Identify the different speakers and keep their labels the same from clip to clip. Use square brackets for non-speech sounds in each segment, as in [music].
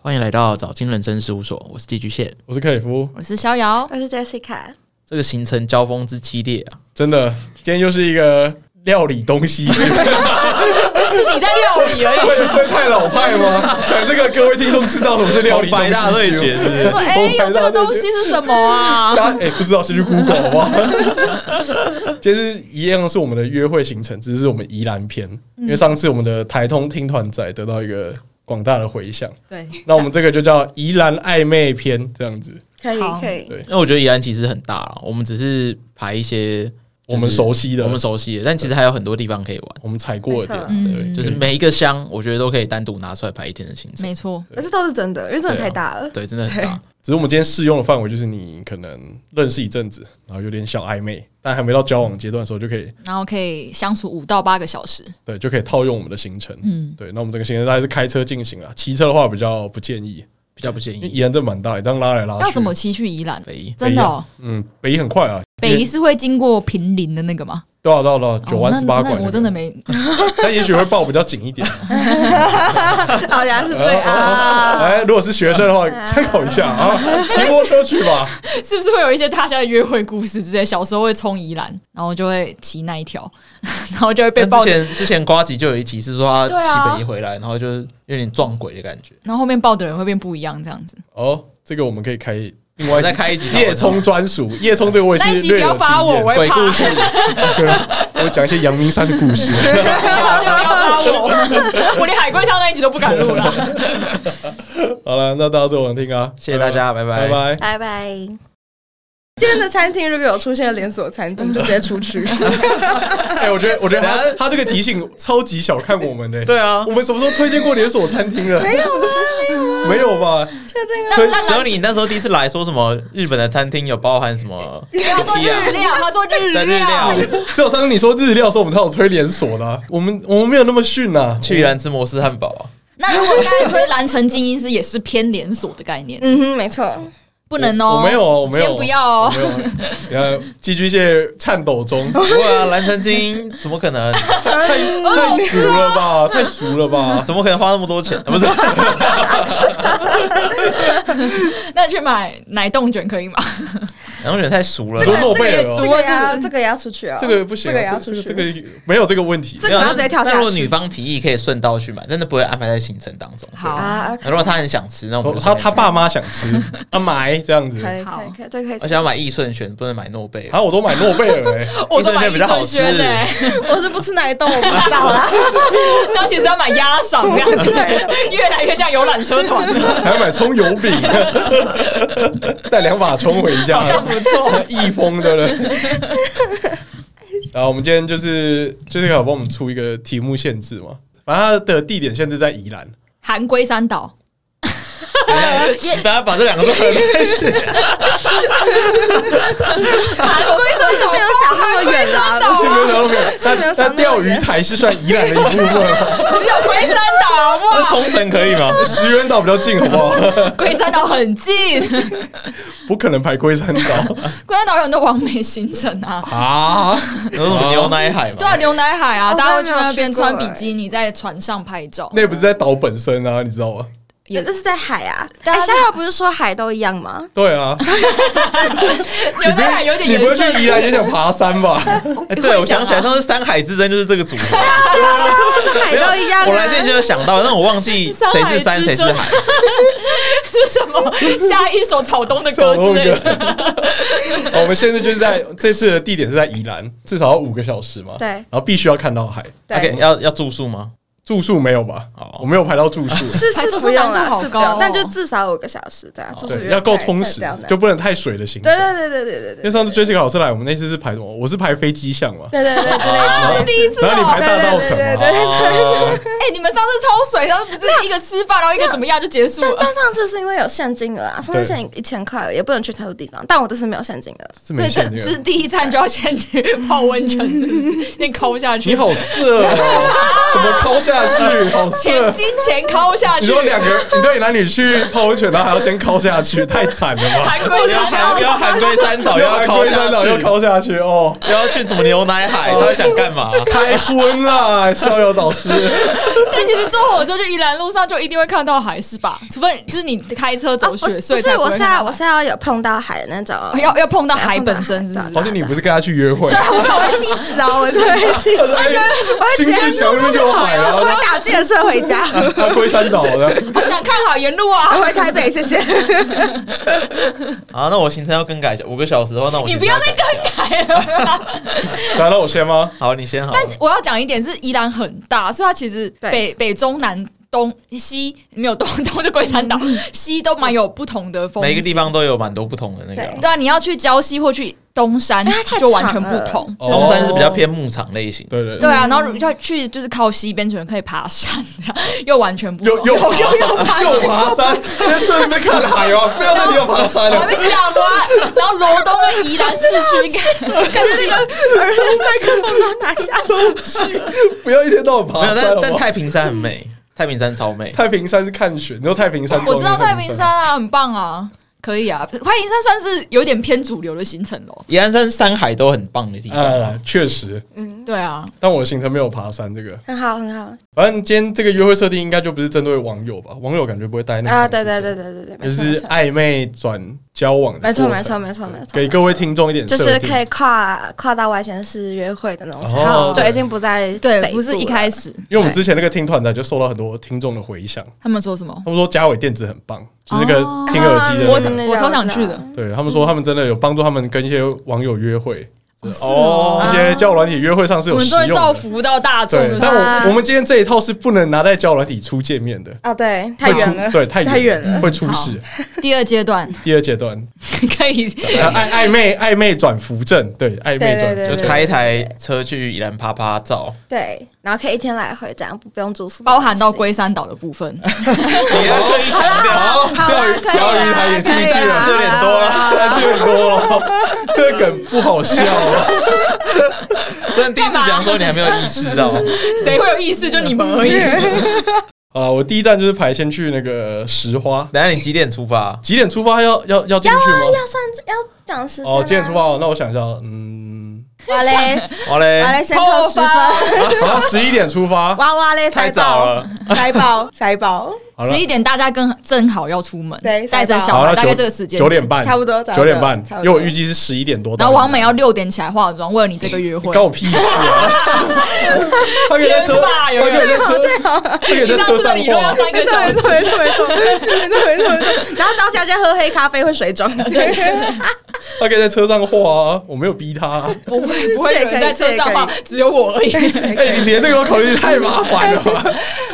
Speaker 1: 欢迎来到早金人生事务所，我是寄居蟹。
Speaker 2: 我是克里夫，
Speaker 3: 我是逍
Speaker 4: [laughs]
Speaker 3: 遥，
Speaker 4: 我是 Jessica，
Speaker 1: 这个行程交锋之激烈啊，
Speaker 2: 真的，今天又是一个料理东西，会
Speaker 3: 你在料
Speaker 2: [laughs]
Speaker 3: 理而已。
Speaker 2: 会太老派吗？讲这个，各位听众知道什么是料理东西？
Speaker 5: 学是不
Speaker 3: 就说哎、有这个东西是什么啊？
Speaker 2: 大家哎、不知道先去 Google 好不 [laughs] 好？其实一样是我们的约会行程，只是我们宜兰篇，
Speaker 3: 嗯
Speaker 2: 因为上次我们的台通听团仔得到一个广大的回响，
Speaker 3: 对，
Speaker 2: 那我们这个就叫宜兰暧昧篇，这样子，
Speaker 4: 可以
Speaker 3: 好
Speaker 4: 可以
Speaker 2: 对，
Speaker 1: [laughs] 因为我觉得宜兰其实很大啊，我们只是排一些
Speaker 2: 我们熟悉的，
Speaker 1: 我们熟悉的，但其实还有很多地方可以玩。
Speaker 2: 我们踩过的点，
Speaker 4: 没
Speaker 3: 错
Speaker 2: 对，
Speaker 3: 嗯
Speaker 1: 就是每一个乡，我觉得都可以单独拿出来排一天的行程。
Speaker 3: 没错，
Speaker 4: 但是都是真的，因为真的太大了。
Speaker 1: 对，真的很大。
Speaker 2: 只是我们今天适用的范围就是你可能认识一阵子，然后有点小暧昧，但还没到交往阶段的时候，就可以
Speaker 3: 然后可以相处五到八个小时。
Speaker 2: 对就可以套用我们的行程。
Speaker 3: 嗯，
Speaker 2: 对，那我们这个行程大概是开车进行了，骑车的话比较不建议，
Speaker 1: 比较不建
Speaker 2: 因为
Speaker 1: 议。
Speaker 2: 宜兰真的蛮大，当拉来拉去。
Speaker 3: 要怎么？骑去宜兰？
Speaker 1: 北宜
Speaker 3: 真的哦，
Speaker 2: 嗯，北移很快啊，
Speaker 3: 北
Speaker 2: 也
Speaker 3: 宜是会经过平林的那个吗？
Speaker 2: 对啊对啊对啊，九弯十八
Speaker 3: 哦那
Speaker 2: 拐、[laughs]
Speaker 3: 那我真的，没 [laughs]
Speaker 2: 但也许会报比较紧一点。
Speaker 4: [laughs] 好像哦是
Speaker 2: 哎、
Speaker 4: 啊，
Speaker 2: 如果是学生的话，参考一下
Speaker 3: [laughs]
Speaker 2: 啊，骑摩托车去吧。
Speaker 3: 是不是会有一些大家的约会故事之类？小时候会冲宜兰，然后就会骑那一条， [laughs] 然后就会被
Speaker 1: 但之
Speaker 3: 爆，
Speaker 1: 前之前瓜吉就有一集是说他
Speaker 3: 对啊
Speaker 1: 骑北宜回来，然后就是有点撞鬼的感觉。
Speaker 3: 然后后面爆的人会变不一样，这样子。
Speaker 2: 哦，这个我们可以开另
Speaker 1: 我
Speaker 2: 外一
Speaker 1: 再
Speaker 2: 集。
Speaker 1: 开一集
Speaker 2: 夜冲专属，夜冲这个我也
Speaker 3: 那
Speaker 2: 是
Speaker 3: 一集不
Speaker 2: 略有
Speaker 3: 要
Speaker 2: 经
Speaker 3: 发我，
Speaker 2: 验
Speaker 3: 我。会
Speaker 1: 鬼
Speaker 3: 怕。
Speaker 1: 故事，
Speaker 2: [laughs] 我讲一些阳明山的故事。
Speaker 3: 不要发我，我连海龟汤那一集都不敢录了。
Speaker 2: 好了，那大家最后听啊，
Speaker 1: 谢谢大家，拜
Speaker 2: 拜拜。
Speaker 4: 拜拜。今天的餐厅如果有出现连锁餐厅，就直接出去。
Speaker 2: 哎、我觉得，我觉
Speaker 1: 等
Speaker 2: 得他他这个提醒超级小看我们呢、
Speaker 1: 对啊
Speaker 2: 我，们什么时候推荐过连锁餐厅了？
Speaker 4: 没有吗？没有吗？
Speaker 2: 没有吧？
Speaker 4: 确定啊？
Speaker 3: 那那
Speaker 1: 只有你那时候第一次来说什么日本的餐厅有包含什
Speaker 4: [laughs]
Speaker 1: 么？
Speaker 4: 啊
Speaker 1: 啊
Speaker 3: 他说
Speaker 1: [laughs]
Speaker 3: 日料，他说日
Speaker 1: 在日料
Speaker 3: 料，
Speaker 2: 只有上次你说日料的时候，我们才有推连锁的啊、我们我们没有那么逊啊。
Speaker 1: 去宜兰吃摩斯汉堡 [laughs] 啊，
Speaker 3: 那如果现在推蓝城精英是也是偏连锁的概念，
Speaker 2: [laughs]
Speaker 4: 嗯哼，没错。
Speaker 3: 不能哦，
Speaker 2: 我没有哦，我没有哦，
Speaker 3: 先不要
Speaker 2: 我
Speaker 3: 哦。
Speaker 2: 没有哦。然后寄居蟹颤抖
Speaker 4: [laughs]
Speaker 2: 中，
Speaker 1: 不会啊，蓝城精 [laughs] 英怎么可能？
Speaker 4: 哦
Speaker 2: 太熟了
Speaker 4: 啊
Speaker 2: 吧，太熟了吧。
Speaker 1: 怎么可能花那么多 [laughs] 钱？啊不是，
Speaker 3: [laughs] 那去买奶冻卷可
Speaker 2: [laughs]
Speaker 3: 以吗？
Speaker 1: 然后人太熟了
Speaker 4: 这。个
Speaker 2: 诺
Speaker 4: 这个
Speaker 2: 贝
Speaker 4: 也
Speaker 2: 尔哦
Speaker 4: 这个也要嗯这个也要出去啊，
Speaker 2: 这个不行
Speaker 4: 这个也
Speaker 2: 啊，
Speaker 4: 要
Speaker 2: 这
Speaker 4: 出
Speaker 2: 个
Speaker 4: 去。
Speaker 2: 这个这个没有这个问题。
Speaker 4: 这个要直接跳
Speaker 1: 那
Speaker 4: 下
Speaker 1: 那如果
Speaker 4: 去
Speaker 1: 女方提议，可以顺道去买，但是不会安排在行程当中。
Speaker 3: 好
Speaker 4: 啊，
Speaker 1: 那如果她很想吃，那我们
Speaker 2: 哦
Speaker 1: 就
Speaker 2: 他
Speaker 1: 顺便
Speaker 2: 他
Speaker 1: 去
Speaker 2: 爸妈想
Speaker 1: [laughs]
Speaker 2: 吃，啊买这样子。
Speaker 4: 可以可
Speaker 3: 好
Speaker 4: 以可以，这个可以
Speaker 1: 而。且要买益顺轩，不能买诺贝尔
Speaker 2: 然。
Speaker 1: [laughs]
Speaker 2: 后我都买诺贝尔哎、
Speaker 3: 我都买益顺轩的、欸
Speaker 2: [laughs]
Speaker 4: 我是不吃奶冻，我不知道啦。
Speaker 3: 然后其实要买鸭赏这样子，
Speaker 2: [laughs]
Speaker 3: 越来越像游览车团了，
Speaker 2: 还要买葱油饼，带两把葱回家，
Speaker 3: 好像不
Speaker 2: 错，易风的了。然后我们今天就是就是要帮我们出一个题目限制嘛，反正它的地点限制在宜兰，
Speaker 3: 韩龟山岛。
Speaker 1: 等一下大啊家把这两个都
Speaker 4: [laughs]
Speaker 1: 合在一起，
Speaker 3: 韩龟山
Speaker 4: 是没有想那么远啦，
Speaker 2: 是没有想
Speaker 1: 啊
Speaker 2: 到没有？
Speaker 4: 是没
Speaker 2: 那
Speaker 4: 有想
Speaker 2: 那
Speaker 4: 到
Speaker 2: 钓鱼台是算宜兰的一部分啊吗，
Speaker 3: 只有龟山岛，
Speaker 2: [laughs]
Speaker 1: 那
Speaker 3: 哇，
Speaker 1: 冲绳可以吗？
Speaker 2: 石原岛比较近，好不好？
Speaker 3: 龟山岛很近，
Speaker 2: 不可能排龟山岛
Speaker 3: 龟山岛有很多完美行程
Speaker 2: [laughs]
Speaker 3: 啊。
Speaker 2: 啊！
Speaker 1: 有什么牛奶海吗哎
Speaker 3: 对？啊，牛奶海啊，
Speaker 4: 哦
Speaker 3: 大家会去
Speaker 4: 真的没
Speaker 3: 那
Speaker 4: 有
Speaker 3: 边
Speaker 4: 去过
Speaker 3: 穿
Speaker 4: 欸
Speaker 3: 比基尼，在船上拍照。
Speaker 2: 那不是在岛本身啊，你知道吗？
Speaker 4: [laughs]
Speaker 3: 也
Speaker 4: 这是在海啊。
Speaker 3: 但
Speaker 4: 哎，
Speaker 3: 是
Speaker 4: 逍遥不是说海都一样吗？
Speaker 2: 对啊，
Speaker 3: 牛奶海有点
Speaker 2: 你不会
Speaker 3: 严
Speaker 2: 去
Speaker 3: 重。
Speaker 2: 宜兰也想爬山吧？
Speaker 1: 哎对，我
Speaker 4: 啊
Speaker 1: 想起来，
Speaker 3: 会想
Speaker 1: 上次山海之争就是这个组合。
Speaker 4: 是海都一样啊。
Speaker 1: 我来之前就有想到，但我忘记谁是山谁是海。
Speaker 3: 是
Speaker 2: [laughs]
Speaker 3: 什么？下一首草东的歌之类的。
Speaker 2: 好我们现在就是 [laughs] 在这次的地点是在宜兰，至少要五个小时嘛。
Speaker 4: 对
Speaker 2: 然后必须要看到海。
Speaker 1: OK，
Speaker 4: 对，
Speaker 1: 要要住宿吗？
Speaker 2: 住宿没有吧？
Speaker 1: 哦
Speaker 2: 我没有排到
Speaker 1: [laughs]
Speaker 2: 住宿。
Speaker 4: 是
Speaker 3: 台
Speaker 4: 是
Speaker 3: 中
Speaker 4: 不用啦，
Speaker 3: 山好
Speaker 4: 是不
Speaker 3: 高哦
Speaker 4: 用，但就至少五个小时这样，就是
Speaker 2: 对，要够充实，就
Speaker 4: 对
Speaker 2: 不能太水的行程
Speaker 4: 对。对对对对对
Speaker 2: 因为上次 Jessica 老师来，我们那次是排什么？我是排飞机项嘛，
Speaker 4: 对对对对对，
Speaker 3: 第一次哦
Speaker 2: 然后你排大道城
Speaker 4: 对对
Speaker 2: 嘛
Speaker 4: 对。
Speaker 1: 哦
Speaker 3: 哎、你们上次超水，然后不是一个吃饭，然后一个怎么样就结束了。
Speaker 4: 但上次是因为有现金额啊，上次限一千块，也不能去太多地方。但我这次没有现金额，
Speaker 2: 是
Speaker 3: 所
Speaker 2: 没
Speaker 3: 以这
Speaker 2: 限定
Speaker 3: 这
Speaker 2: 的。
Speaker 3: 第一餐就要先去泡温泉，是不是先抠下去。
Speaker 2: 你好色哦！怎么抠下下去，好
Speaker 3: 前
Speaker 2: 色。
Speaker 3: 金钱敲下
Speaker 2: 你
Speaker 3: 去，
Speaker 2: 说两个，你对你男女去泡温泉，然后还要先敲下去，太惨了吧？
Speaker 3: 韩国
Speaker 1: 要
Speaker 3: 人
Speaker 1: 韩要韩龟三岛，又要
Speaker 2: 要
Speaker 1: 靠
Speaker 2: 龟
Speaker 1: 下
Speaker 2: 山岛
Speaker 1: 去，
Speaker 2: 又敲下去哦，
Speaker 1: 又要去什么牛奶海，他想干嘛？
Speaker 2: 开荤啦，逍遥导师。
Speaker 3: 但其实坐火车去宜兰路上就一定会看到海，是吧？除非就是你开车
Speaker 4: 啊
Speaker 3: 走
Speaker 4: 不
Speaker 3: 雪
Speaker 4: 是
Speaker 3: 隧
Speaker 4: 不
Speaker 3: 才
Speaker 4: 是，
Speaker 3: 不
Speaker 4: 我
Speaker 3: 会
Speaker 4: 是
Speaker 3: 看到海，
Speaker 4: 要我是要有碰到海的那种，
Speaker 3: 要要碰到海本身，是不是？
Speaker 2: 好像你不是跟他去约会，哎
Speaker 4: 我会气死哦，我真的会气死，我会直
Speaker 2: 新
Speaker 4: 接
Speaker 2: 之桥那边就有海
Speaker 4: 我
Speaker 2: 了，
Speaker 4: 会打计程车回家，
Speaker 2: 他龟山岛的。
Speaker 3: 我想看好沿路
Speaker 4: 我
Speaker 3: 啊！
Speaker 4: 回台北，谢谢。
Speaker 1: 啊，那我行程要更改一下，五个小时的话，那我
Speaker 3: 你
Speaker 1: 行
Speaker 3: 不
Speaker 1: 程
Speaker 3: 要
Speaker 1: 改
Speaker 3: 再
Speaker 1: 一下
Speaker 3: 更改了。
Speaker 2: 来，那我先吗？
Speaker 1: 好，你先好了。
Speaker 3: 但我要讲一点是，宜兰很大，所以它其实
Speaker 4: 对
Speaker 3: 北北中南东西没有东东就龟山岛，西都蛮有不同的风景。
Speaker 1: 每一个地方都有蛮多不同的那个啊。
Speaker 3: 对啊，你要去礁溪或去东山
Speaker 4: 因为它太
Speaker 3: 就完全
Speaker 4: 长
Speaker 3: 不
Speaker 4: 了
Speaker 3: 同。
Speaker 2: 哦
Speaker 1: 东山是比较偏牧场类型的，
Speaker 2: 对对
Speaker 3: 对
Speaker 2: 对，
Speaker 3: 啊，然后要去就是靠西边，可能可以爬山，这样 [laughs] 又完全不同。
Speaker 2: 又又爬山又爬山，先顺便看海哦，不要再提我爬山哦
Speaker 3: 我
Speaker 2: 了。
Speaker 3: 还没讲完，
Speaker 2: [laughs]
Speaker 3: 然后罗东跟宜兰市区应该
Speaker 4: 感觉这个耳朵麦克风要拿下，
Speaker 2: 不要一天到晚爬
Speaker 1: 没有，
Speaker 2: 山
Speaker 1: 但
Speaker 2: 好不
Speaker 1: 但
Speaker 2: 好
Speaker 1: 太平山很美，太平山超美。
Speaker 2: 太平山是看雪，你说太平山，
Speaker 3: [laughs] 我知道太平山。啊，很棒啊，可以啊。太平山算是有点偏主流的行程咯。
Speaker 1: 宜兰山山海都很棒的地方，
Speaker 2: 呃，确实，
Speaker 3: 对啊，
Speaker 2: 但我的行程没有爬山这个。
Speaker 4: 很好很好
Speaker 2: 反正今天这个约会设定应该就不是针对网友吧？网友感觉不会待那么
Speaker 4: 啊！
Speaker 2: 长
Speaker 4: 对
Speaker 2: 时间
Speaker 4: 对对，对对对，
Speaker 2: 就
Speaker 4: 没错
Speaker 2: 是暧昧转交往的
Speaker 4: 没错
Speaker 2: 过
Speaker 4: 没
Speaker 2: 程
Speaker 4: 错没错没错没错，
Speaker 2: 给各位听众一点
Speaker 4: 就
Speaker 2: 设
Speaker 4: 是
Speaker 2: 定
Speaker 4: 可以跨跨到外县市约会的那种程
Speaker 2: 哦
Speaker 4: 度，就已经不在
Speaker 3: 对
Speaker 4: 北，
Speaker 3: 不是
Speaker 4: 部
Speaker 3: 一
Speaker 4: 了
Speaker 3: 开始
Speaker 2: 因为我们之前那个听团仔就受到很多听众的回响，
Speaker 3: 他们说什么？
Speaker 2: 他们说嘉伟电子很棒，就是那个听耳机的
Speaker 4: 啊
Speaker 2: 那
Speaker 3: 我
Speaker 2: 个，
Speaker 4: 嗯
Speaker 3: 我超想去的，
Speaker 2: 对他们说他们真的有帮助他们跟一些网友约会，
Speaker 3: 哦
Speaker 2: 那些交友软体约会上是
Speaker 3: 我
Speaker 2: 有
Speaker 3: 们
Speaker 2: 实
Speaker 3: 终于
Speaker 2: 用
Speaker 3: 造
Speaker 2: 的。
Speaker 3: 福到大众
Speaker 2: 对
Speaker 3: 了，，是
Speaker 2: 但
Speaker 3: 吧
Speaker 2: 我我们今天这一套是不能拿在交友软体初见面的，
Speaker 4: 啊，对，太
Speaker 2: 会
Speaker 4: 远
Speaker 2: 出
Speaker 4: 了，
Speaker 2: 对太
Speaker 4: 太
Speaker 2: 远
Speaker 4: 远了
Speaker 3: 嗯
Speaker 2: 会出事。
Speaker 3: 第二阶段
Speaker 2: 第二阶段
Speaker 3: [laughs] 可以
Speaker 2: 呃暧暧昧暧昧转扶正，对暧昧转
Speaker 4: 对
Speaker 1: 就
Speaker 4: 对
Speaker 1: 开一台车去宜兰啪啪照，
Speaker 4: 对，然后可以一天来回，这样不不用住宿，
Speaker 3: 包含到龟山岛的
Speaker 2: [laughs]
Speaker 3: 部分。
Speaker 1: 你要刻意强调，
Speaker 4: 好啦，可以
Speaker 2: 钓鱼
Speaker 4: 啦
Speaker 2: 台也进
Speaker 4: 可以
Speaker 2: 去了
Speaker 4: 啦
Speaker 1: 有点多了。
Speaker 2: 但这个多了，这个梗不好笑啊！
Speaker 1: 虽然第一次讲的时候你还没有意识到，
Speaker 3: 谁会有意识？就你们 [laughs]
Speaker 2: [laughs]
Speaker 3: 而已。
Speaker 2: 啊，我第一站就是排先去那个石花，
Speaker 1: 等一下你几点出发？
Speaker 2: 几点出发要要要进去
Speaker 3: 啊
Speaker 2: 吗？
Speaker 4: 要算要讲时间啊
Speaker 2: 哦，几点出？发？哦那我想一下，嗯，啊 [laughs]
Speaker 4: 哇嘞
Speaker 1: 好
Speaker 4: 哇
Speaker 1: 嘞，
Speaker 4: 嘞，先扣十分，
Speaker 2: 好，十一点出发。
Speaker 4: 哇哇嘞，
Speaker 1: 太
Speaker 4: 塞
Speaker 1: 早
Speaker 4: 爆
Speaker 1: 了，
Speaker 4: [laughs] 塞爆塞爆，
Speaker 2: 好了
Speaker 3: 十，一点大家跟正好要出门，
Speaker 4: 对
Speaker 3: 带着小
Speaker 2: 好
Speaker 3: 孩，
Speaker 2: 了，
Speaker 3: 大概这
Speaker 2: 九
Speaker 3: 个时间
Speaker 2: 九点。半，
Speaker 4: 差不多差不
Speaker 2: 九
Speaker 4: 多
Speaker 2: 点半
Speaker 4: 差，不
Speaker 2: 因
Speaker 4: 多
Speaker 2: 为我预计是十一点多到。
Speaker 3: 然后王美要六点起来化妆，为了你这个约会
Speaker 2: 干。我屁事
Speaker 3: [laughs]
Speaker 2: 啊！他可以在车，
Speaker 3: 天霸
Speaker 2: 他可
Speaker 3: 有
Speaker 2: 以
Speaker 3: 人
Speaker 2: 在车，他可以在车上
Speaker 3: 你知道这个理论
Speaker 2: 晃啊
Speaker 3: 要。三个
Speaker 4: 没错
Speaker 3: 小 [laughs] 时
Speaker 4: 没错。没错没错没错没错没错，然后早起来就喝黑咖啡会水肿，
Speaker 2: 他可以在车上画啊，我没有逼他、
Speaker 3: [laughs]
Speaker 2: 啊。
Speaker 3: 不会不会有人在车上吧？只有我而已。
Speaker 2: 哎、你连这个都考虑，太麻烦了吧？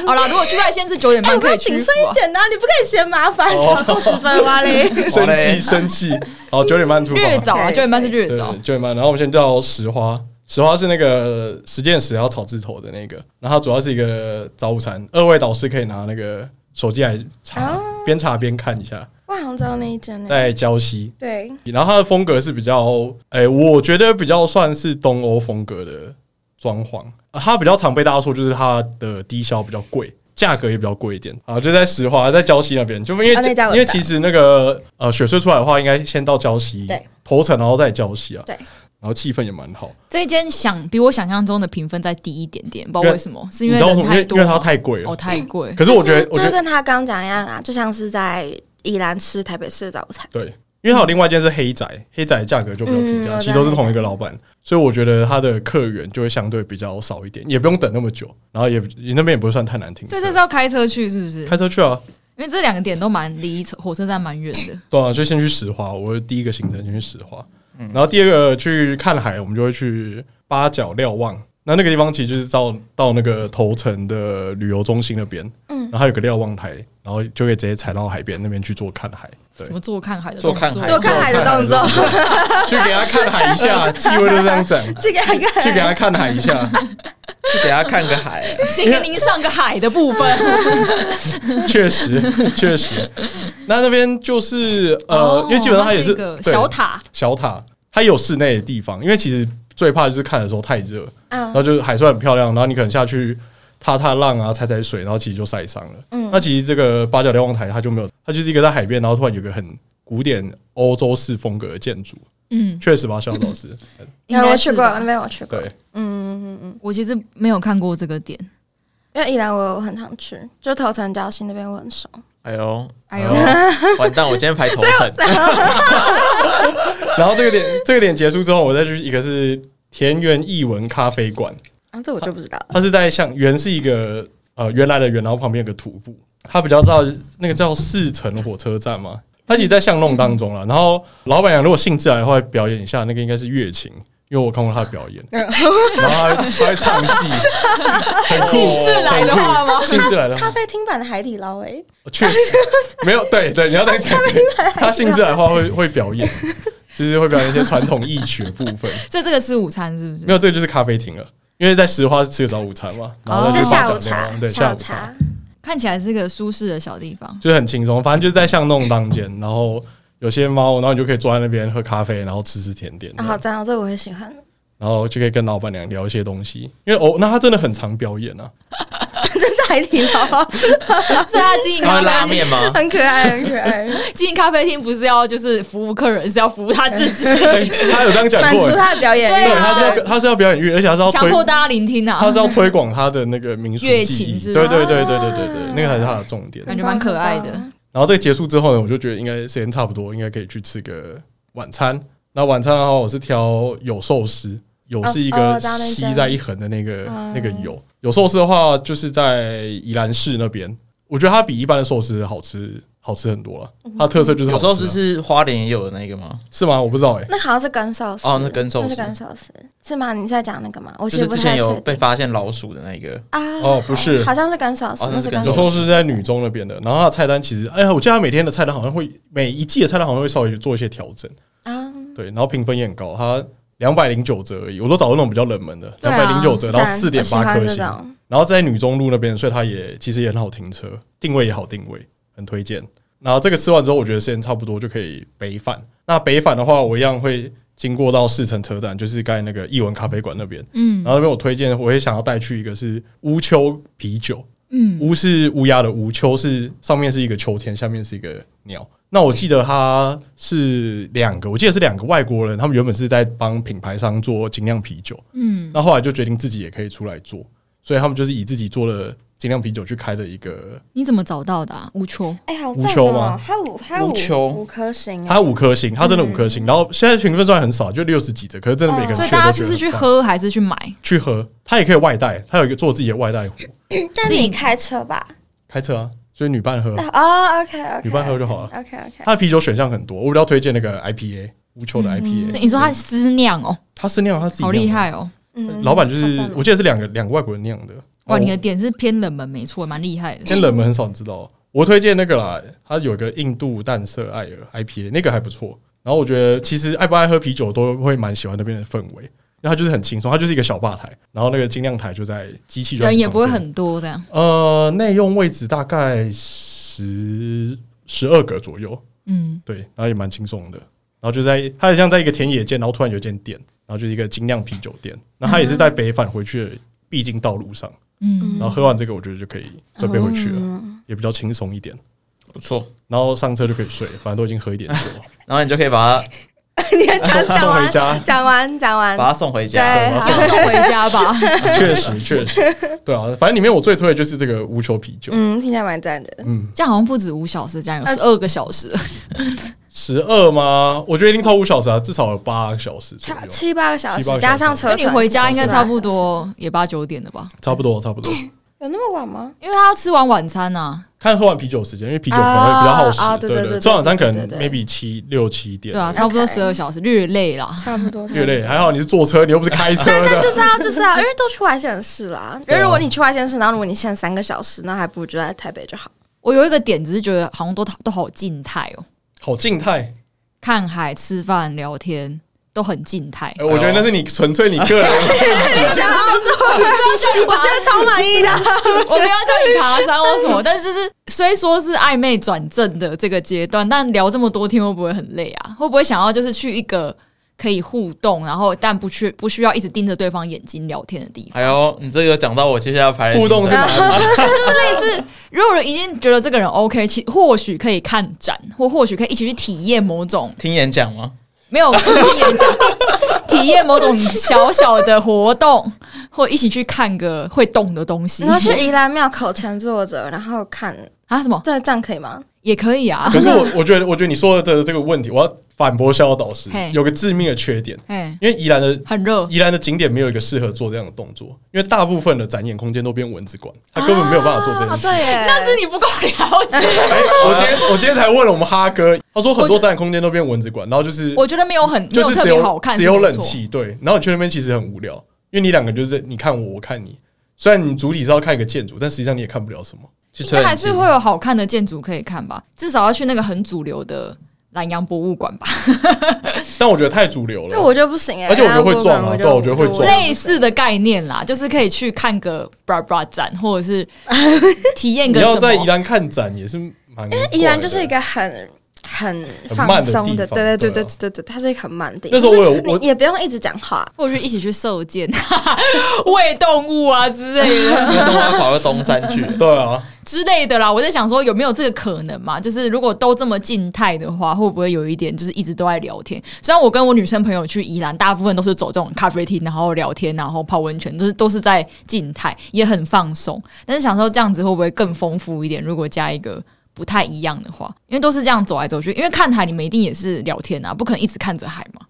Speaker 3: 好啦，如果去外县市九点
Speaker 4: 哎，
Speaker 3: 半
Speaker 4: 你不
Speaker 3: 可
Speaker 4: 要
Speaker 3: 以屈
Speaker 4: 谨
Speaker 3: 服
Speaker 4: 慎一
Speaker 3: 啊。
Speaker 4: 点呐，你不可以嫌麻烦，超过十分哇嘞，
Speaker 2: 生
Speaker 1: 好嘞
Speaker 2: 气，生气。好，九点半出发。
Speaker 3: 越早啊，
Speaker 4: 对
Speaker 3: 九点半 [laughs] 是越
Speaker 2: 对，
Speaker 3: 早。
Speaker 2: 九点半。然后我们先到石花，石花是那个石见石，然后草字头的那个。然后它主要是一个早午餐，二位导师可以拿那个手机来查，边、查边看一下。
Speaker 4: 哇，杭州那一间呢？
Speaker 2: 在礁溪，
Speaker 4: 对，
Speaker 2: 然后它的风格是比较，哎、我觉得比较算是东欧风格的装潢、啊它比较常被大家说就是它的低消比较贵，价格也比较贵一点啊。就在石华，在礁溪那边，就因为、
Speaker 4: 啊那家我知道
Speaker 2: 因为其实那个呃雪隧出来的话，应该先到礁溪
Speaker 4: 对
Speaker 2: 头城，然后再礁溪啊。
Speaker 4: 对
Speaker 2: 然后气氛也蛮好，
Speaker 3: 这一间想比我想象中的评分再低一点点，不知道为什么，是
Speaker 2: 你
Speaker 3: 因为
Speaker 2: 知道为
Speaker 3: 人
Speaker 2: 什么？因为
Speaker 3: 太
Speaker 2: 因
Speaker 3: 多
Speaker 2: 为
Speaker 3: 吗，
Speaker 2: 它太贵了
Speaker 3: 哦。太贵。
Speaker 2: 可是我觉得，
Speaker 4: 就
Speaker 2: 我觉得
Speaker 4: 就跟他刚讲一样啊，就像是在宜兰吃台北市的早餐，
Speaker 2: 对，因为还有另外一间是黑仔，黑仔的价格就比较平
Speaker 4: 嗯
Speaker 2: 价，
Speaker 4: 我知道
Speaker 2: 其实都是同一个老板，所以我觉得他的客源就会相对比较少一点，也不用等那么久，然后也也那边也不会算太难停车
Speaker 3: 所以。这是要开车去，是不是？
Speaker 2: 开车去啊，
Speaker 3: 因为这两个点都蛮离车火车站蛮远的。
Speaker 2: 对啊，就先去石花，我第一个行程先去石花，然后第二个去看海，我们就会去八角瞭望。那那个地方其实就是到到那个头城的旅游中心那边，嗯，然后它有个瞭望台，然后就可以直接踩到海边那边去做看海，对
Speaker 3: 什，么坐看海的
Speaker 1: 坐
Speaker 3: 动
Speaker 1: 看
Speaker 3: 作
Speaker 1: 海
Speaker 2: 哎
Speaker 4: 做看海的动作，
Speaker 2: [laughs]
Speaker 4: [laughs]
Speaker 2: 去给他看海一
Speaker 3: [laughs]
Speaker 2: 下，机会就这样整，
Speaker 4: 这个
Speaker 2: 去给他看海一下，
Speaker 1: 去给他看个海。
Speaker 3: 先跟您上个海的部分，
Speaker 2: 确实，确实。那那边就是呃
Speaker 3: 哦，
Speaker 2: 因为基本上它
Speaker 3: 那
Speaker 2: 也
Speaker 3: 是
Speaker 2: 是
Speaker 3: 一个
Speaker 2: 对
Speaker 3: 小塔，
Speaker 2: 小塔，它有室内的地方。因为其实最怕就是看的时候太热，然
Speaker 3: 嗯
Speaker 4: 啊
Speaker 2: 后就是海虽然很漂亮，然后你可能下去踏踏浪啊、踩踩水，然后其实就晒伤了。
Speaker 4: 嗯
Speaker 2: 那其实这个八角瞭望台它就没有，它就是一个在海边，然后突然有个很古典欧洲式风格的建筑，
Speaker 3: 嗯，
Speaker 2: 确实吧，肖老
Speaker 3: [laughs]
Speaker 2: 师，
Speaker 3: [laughs] 应该
Speaker 4: 我
Speaker 3: 是
Speaker 4: 去过
Speaker 3: 吧
Speaker 4: 那边，我去过。
Speaker 2: 对，
Speaker 4: 嗯嗯嗯，
Speaker 3: 我其实没有看过这个点。
Speaker 4: 因为宜兰我我很常去，就头城礁溪那边我很熟。
Speaker 1: 哎呦，
Speaker 3: 哎呦，
Speaker 1: 完蛋！我今天排头层，
Speaker 2: [laughs] 然后这个点这个点结束之后，我再去一个是田园艺文咖啡馆，
Speaker 4: 啊，这我就不知道了。
Speaker 2: 它是在像原是一个呃原来的原，然后旁边有个徒步，它比较到那个叫四层火车站嘛，它其实在巷弄当中了。然后老板娘如果兴致来的话，会表演一下那个应该是乐琴，因为我看过她的表演，
Speaker 3: 嗯
Speaker 2: 然后她她会唱戏，
Speaker 3: [laughs]
Speaker 2: 很酷，
Speaker 3: 兴致来的话吗
Speaker 2: 很酷兴致来的
Speaker 4: 咖
Speaker 2: 话，哦
Speaker 4: 啡厅版的海底捞欸诶、
Speaker 2: 确实没有对对，你要再
Speaker 3: [laughs]
Speaker 2: 讲，她兴致来的话会会表演，就是会表演一些传统艺学部分。
Speaker 3: 所以 [laughs] 这个吃午餐是不是
Speaker 2: 没？有，这个就是咖啡厅了。因为在石花是吃个早午餐嘛，然后
Speaker 3: 哦
Speaker 2: 在这个
Speaker 4: 就下
Speaker 2: 八
Speaker 4: 午
Speaker 2: 角
Speaker 4: 茶
Speaker 2: 寮，对下
Speaker 4: 下
Speaker 2: 午茶，
Speaker 3: 看起来是个舒适的小地方。
Speaker 2: 就是很轻松，反正就是在巷弄当间，然后有些猫，然后你就可以坐在那边喝咖啡，然后吃吃甜点，
Speaker 4: 然后这样，这我会喜欢。
Speaker 2: 然后就可以跟老板娘聊一些东西。因为哦，那他真的很常表演啊，
Speaker 4: [laughs] 这是海底捞，
Speaker 3: [laughs] 所以他经营
Speaker 1: 他
Speaker 3: 咖
Speaker 1: 会拉
Speaker 3: 啡
Speaker 1: 面吗？
Speaker 4: [laughs] 很可爱，很可爱，
Speaker 3: [laughs] 经营咖啡厅不是要就是服务客人，是要服务他
Speaker 2: [laughs]
Speaker 3: 自己，
Speaker 2: 哎他有这样讲
Speaker 4: 满
Speaker 2: 过欸
Speaker 4: 足，他的表演
Speaker 2: 对，
Speaker 3: 对
Speaker 2: 他
Speaker 3: 啊
Speaker 2: 是要他是要表演欲，而且他是要
Speaker 3: 强
Speaker 2: 推
Speaker 3: 迫大家聆听啊
Speaker 2: 他，是要推广他的那个民俗
Speaker 3: 乐
Speaker 2: 技
Speaker 3: 琴
Speaker 2: 艺，
Speaker 3: 是啊
Speaker 2: 对
Speaker 3: 吧
Speaker 2: 对对对对对对，那个才是他的重点。
Speaker 3: 感觉蛮可爱的
Speaker 4: 很棒很
Speaker 2: 然后这个结束之后呢，我就觉得应该时间差不多，应该可以去吃个晚餐。那晚餐的话，我是挑有寿司，有是一
Speaker 4: 哦
Speaker 2: 个
Speaker 4: 哦当然
Speaker 2: 吸
Speaker 4: 真
Speaker 2: 在一横的那个、
Speaker 4: 嗯
Speaker 2: 那个有。有寿司的话，就是在宜兰市那边，我觉得它比一般的寿司好吃，好吃很多了。
Speaker 4: 嗯
Speaker 2: 它特色就是好
Speaker 1: 有
Speaker 2: 吃
Speaker 1: 时
Speaker 2: 啊、
Speaker 1: 候只是花莲也有的那个吗？
Speaker 2: 是吗？我不知道哎、
Speaker 4: 那好像是跟寿司
Speaker 1: 哦那跟寿司
Speaker 4: 那是跟寿司是吗？你在讲那个吗？我其
Speaker 1: 就是
Speaker 4: 实不
Speaker 1: 之
Speaker 4: 太
Speaker 1: 前
Speaker 4: 确
Speaker 1: 有
Speaker 4: 定
Speaker 1: 被发现老鼠的那个，
Speaker 4: 啊，
Speaker 2: 哦，不是
Speaker 4: 好，像是跟寿司
Speaker 1: 哦，那
Speaker 4: 那
Speaker 1: 是
Speaker 4: 是
Speaker 1: 跟
Speaker 4: 跟
Speaker 2: 有
Speaker 1: 寿司
Speaker 4: 寿司。
Speaker 2: 寿司是在女中那边的。然后它的菜单其实，哎呀，我记得它每天的菜单好像会每一季的菜单好像会稍微做一些调整。
Speaker 4: 啊，
Speaker 2: 对，然后评分也很高，它两百零九折而已。我都找那种比较冷门的，
Speaker 3: 对
Speaker 2: 两
Speaker 3: 啊
Speaker 2: 百零九折，然后
Speaker 4: 赞
Speaker 2: 四点
Speaker 4: 我
Speaker 2: 八
Speaker 4: 喜欢
Speaker 2: 颗
Speaker 4: 这
Speaker 2: 星，
Speaker 4: 种
Speaker 2: 然后在女中路那边，所以它也其实也很好停车，定位也好定位，很推荐。然后这个吃完之后，我觉得时间差不多就可以北返。那北返的话，我一样会经过到四城车站，就是刚才那个艺文咖啡馆那边。
Speaker 3: 嗯
Speaker 2: 然后那边我推荐，我也想要带去一个是乌丘啤酒，
Speaker 3: 嗯，
Speaker 2: 乌是乌鸦的乌，丘是上面是一个秋天，下面是一个鸟。那我记得它是两个，我记得是两个外国人，他们原本是在帮品牌商做精酿啤酒，
Speaker 3: 嗯，
Speaker 2: 那后来就决定自己也可以出来做，所以他们就是以自己做的精酿啤酒去开了一个，
Speaker 3: 你怎么找到的、啊？吴秋，
Speaker 4: 哎，好
Speaker 2: 无球吗
Speaker 4: 还有五还有
Speaker 1: 无球
Speaker 4: 五五颗星啊
Speaker 2: 它五颗星，它真的五颗星，然后现在评分虽然很少，就六十几折，可是真的每个人
Speaker 3: 嗯哦所以
Speaker 2: 去都
Speaker 3: 大家
Speaker 2: 觉
Speaker 3: 就
Speaker 2: 得
Speaker 3: 是去
Speaker 2: 很棒
Speaker 3: 喝还是去买？
Speaker 2: 去喝，它也可以外带，它有一个做自己的外带壶，
Speaker 4: 但
Speaker 3: 自己
Speaker 4: 你开车吧？
Speaker 2: 开车啊，所以女伴喝啊，
Speaker 4: 哦，OK OK，
Speaker 2: 女伴喝就好了。
Speaker 4: OK OK，
Speaker 2: 它的啤酒选项很多，我比较推荐那个 IPA，无球的 IPA。
Speaker 3: 所以你说他私酿哦，
Speaker 2: 他是酿，他自己
Speaker 3: 嗯好
Speaker 2: 酿
Speaker 3: 厉
Speaker 2: 的。
Speaker 3: 害哦！
Speaker 4: 嗯
Speaker 2: 老板就
Speaker 4: 好
Speaker 2: 是
Speaker 4: 赞哦
Speaker 2: 我记得是两个两个外国人酿的。
Speaker 3: 哇，
Speaker 2: 哦
Speaker 3: 你的点是偏冷门，没错，蛮厉害的。
Speaker 2: 偏冷门很少人知道。我推荐那个啦，它有一个印度淡色艾尔 IPA，那个还不错。然后我觉得其实爱不爱喝啤酒都会蛮喜欢那边的氛围，因为它就是很轻松，它就是一个小吧台，然后那个精酿台就在机器就在
Speaker 3: 人也
Speaker 2: 旁
Speaker 3: 不会
Speaker 2: 边
Speaker 3: 很多，这样
Speaker 2: 呃，内用位置大概十十二个左右，
Speaker 3: 嗯，
Speaker 2: 对，然后也蛮轻松的。然后就在它很像在一个田野间，然后突然有一间店，然后就是一个精酿啤酒店，那它也是在北返回去的必经道路上。
Speaker 3: 嗯
Speaker 2: 然后喝完这个，我觉得就可以准备回去了，
Speaker 4: 嗯
Speaker 2: 也比较轻松一点。
Speaker 1: 不错。
Speaker 2: 然后上车就可以睡，反正都已经喝一点酒了，
Speaker 1: 然后你就可以把它
Speaker 4: [laughs] 你还讲
Speaker 2: [laughs] 送
Speaker 4: 讲
Speaker 2: 送回
Speaker 4: 完，
Speaker 2: 家。
Speaker 4: 讲完讲完，
Speaker 1: 把它送回家，
Speaker 4: 对
Speaker 1: 然后
Speaker 3: 就
Speaker 1: 送
Speaker 3: 送回家吧。
Speaker 2: 确实，确
Speaker 4: [laughs]
Speaker 2: 实，对啊，反正里面我最推的就是这个无球啤酒，
Speaker 4: 嗯，听起来蛮赞的。
Speaker 2: 嗯，
Speaker 3: 这样好像不止五小时，这样有十二个小时。
Speaker 2: 十二吗？我觉得一定超五小时啊，至少有八个小时左
Speaker 4: 差
Speaker 2: 右，
Speaker 4: 七八个小
Speaker 2: 七八
Speaker 4: 时，
Speaker 2: 个
Speaker 4: 加
Speaker 2: 小
Speaker 4: 上
Speaker 2: 时
Speaker 4: 车
Speaker 3: 那
Speaker 4: 程，
Speaker 3: 你回家应该
Speaker 4: 是吧
Speaker 3: 差不。多也八九点了吧？
Speaker 2: 差不多，差不多。
Speaker 4: 有那么晚吗？
Speaker 3: 因为他要吃完晚餐啊，
Speaker 2: [laughs] 看喝完啤酒时间，因为啤酒可能会比较耗
Speaker 4: 啊啊
Speaker 2: 时，
Speaker 4: 对
Speaker 2: 对
Speaker 4: 对对
Speaker 2: 中晚餐可能
Speaker 4: 对对对
Speaker 2: maybe 七六七点
Speaker 3: 对，啊，差不多
Speaker 4: OK
Speaker 3: 十二小时，略累啦。
Speaker 4: 差不多，
Speaker 2: 越累。还好你是坐车，你又不是开车的，
Speaker 4: 就是啊，就是啊，因为都去外县市啦。因
Speaker 2: 对啊
Speaker 4: 为如果你去外县市，然后如果你限三个小时，那还不如就在台北就好。
Speaker 3: 我有一个点，只是觉得好像都都好静态哦，
Speaker 2: 好静态。
Speaker 3: 看海、吃饭、聊天都很静态。
Speaker 2: 哎，我觉得那是你纯粹你个人，
Speaker 4: 然后就我觉得超满意的。
Speaker 3: 我没有叫你爬山或什么，但是就是虽说是暧昧转正的这个阶段，但聊这么多天会不会很累啊？会不会想要就是去一个可以互动，然后但不去不需要一直盯着对方眼睛聊天的地方。
Speaker 1: 哎呦，你这个讲到我接下来要排的
Speaker 2: 互动
Speaker 1: 行
Speaker 2: 是
Speaker 1: 程
Speaker 2: 哪里？
Speaker 3: 就是类似，如果已经觉得这个人 OK，其或许可以看展，或或许可以一起去体验某种
Speaker 1: 听演讲吗？
Speaker 3: 没有听演讲， [laughs] 体验某种小小的活动，或一起去看个会动的东西。
Speaker 4: 你要去宜兰庙口前坐着，然后看，
Speaker 3: 啊？什么
Speaker 4: 这这样可以吗？
Speaker 3: 也可以 [laughs] 啊？
Speaker 2: 可是我我觉得，我觉得你说的这个问题，我要反驳逍遥导师
Speaker 3: 嘿，
Speaker 2: 有个致命的缺点，
Speaker 3: 哎，
Speaker 2: 因为宜兰的
Speaker 3: 很热，
Speaker 2: 宜兰的景点没有一个适合做这样的动作，因为大部分的展演空间都变蚊子馆，他根本没有办法做这件事。
Speaker 3: 啊
Speaker 4: 对耶，
Speaker 3: 但是你不够了解。
Speaker 2: 哎我
Speaker 3: 啊
Speaker 2: 今天我今天才问了我们哈哥，他说很多展演空间都变蚊子馆，然后就是
Speaker 3: [laughs] 我觉得没有很没
Speaker 2: 就
Speaker 3: 有
Speaker 2: 是
Speaker 3: 特
Speaker 2: 只
Speaker 3: 别好看，
Speaker 2: 有只有
Speaker 3: 是没错
Speaker 2: 冷。气对，然后你去那边其实很无聊，因为你两个就是你看我，我看你，虽然你主体是要看一个建筑，但实际上你也看不了什么。
Speaker 1: 去
Speaker 3: 应
Speaker 1: 吹
Speaker 3: 该还
Speaker 1: 冷气 [laughs]
Speaker 3: 是会有好看的建筑可以看吧，至少要去那个很主流的南洋博物馆吧，
Speaker 2: 但我觉得太主流
Speaker 4: 这
Speaker 2: 了，
Speaker 4: 我就不行哎，
Speaker 2: 而且我觉得会撞啊
Speaker 4: 我就
Speaker 2: 对我觉得会撞
Speaker 3: 类似的概念啦，就是可以去看个 bra bra 展，或者是体验
Speaker 2: 你
Speaker 3: 个
Speaker 2: 要
Speaker 3: 什
Speaker 2: 在宜
Speaker 3: 么。
Speaker 2: 兰看展也是
Speaker 3: [laughs]
Speaker 2: 蛮怪的，
Speaker 4: 宜兰就是一个很很
Speaker 2: 很
Speaker 4: 放
Speaker 2: 慢的
Speaker 4: 松
Speaker 2: 地
Speaker 4: 的，
Speaker 2: 方
Speaker 4: 对对
Speaker 2: 对
Speaker 4: 对
Speaker 2: 啊
Speaker 4: 对对对，它是一个很慢的地
Speaker 2: 那
Speaker 4: 方。
Speaker 2: 时候我有
Speaker 4: 就是
Speaker 2: 我
Speaker 4: 你也不用一直讲话，
Speaker 3: 或者是一起去射箭、 [laughs] 喂动物啊之类的
Speaker 1: 因为都要跑到东山去。
Speaker 2: 对啊，
Speaker 3: 之类的啦。我在想说，有没有这个可能嘛？就是如果都这么静态的话，会不会有一点就是一直都在聊天？虽然我跟我女生朋友去宜兰，大部分都是走这种咖啡厅，然后聊天，然后泡温泉，就是都是在静态，也很放松。但是想说这样子会不会更丰富一点？如果加一个。不太一样的话，因为都是这样走来走去，因为看海你们一定也是聊天啊，不可能一直看着海嘛。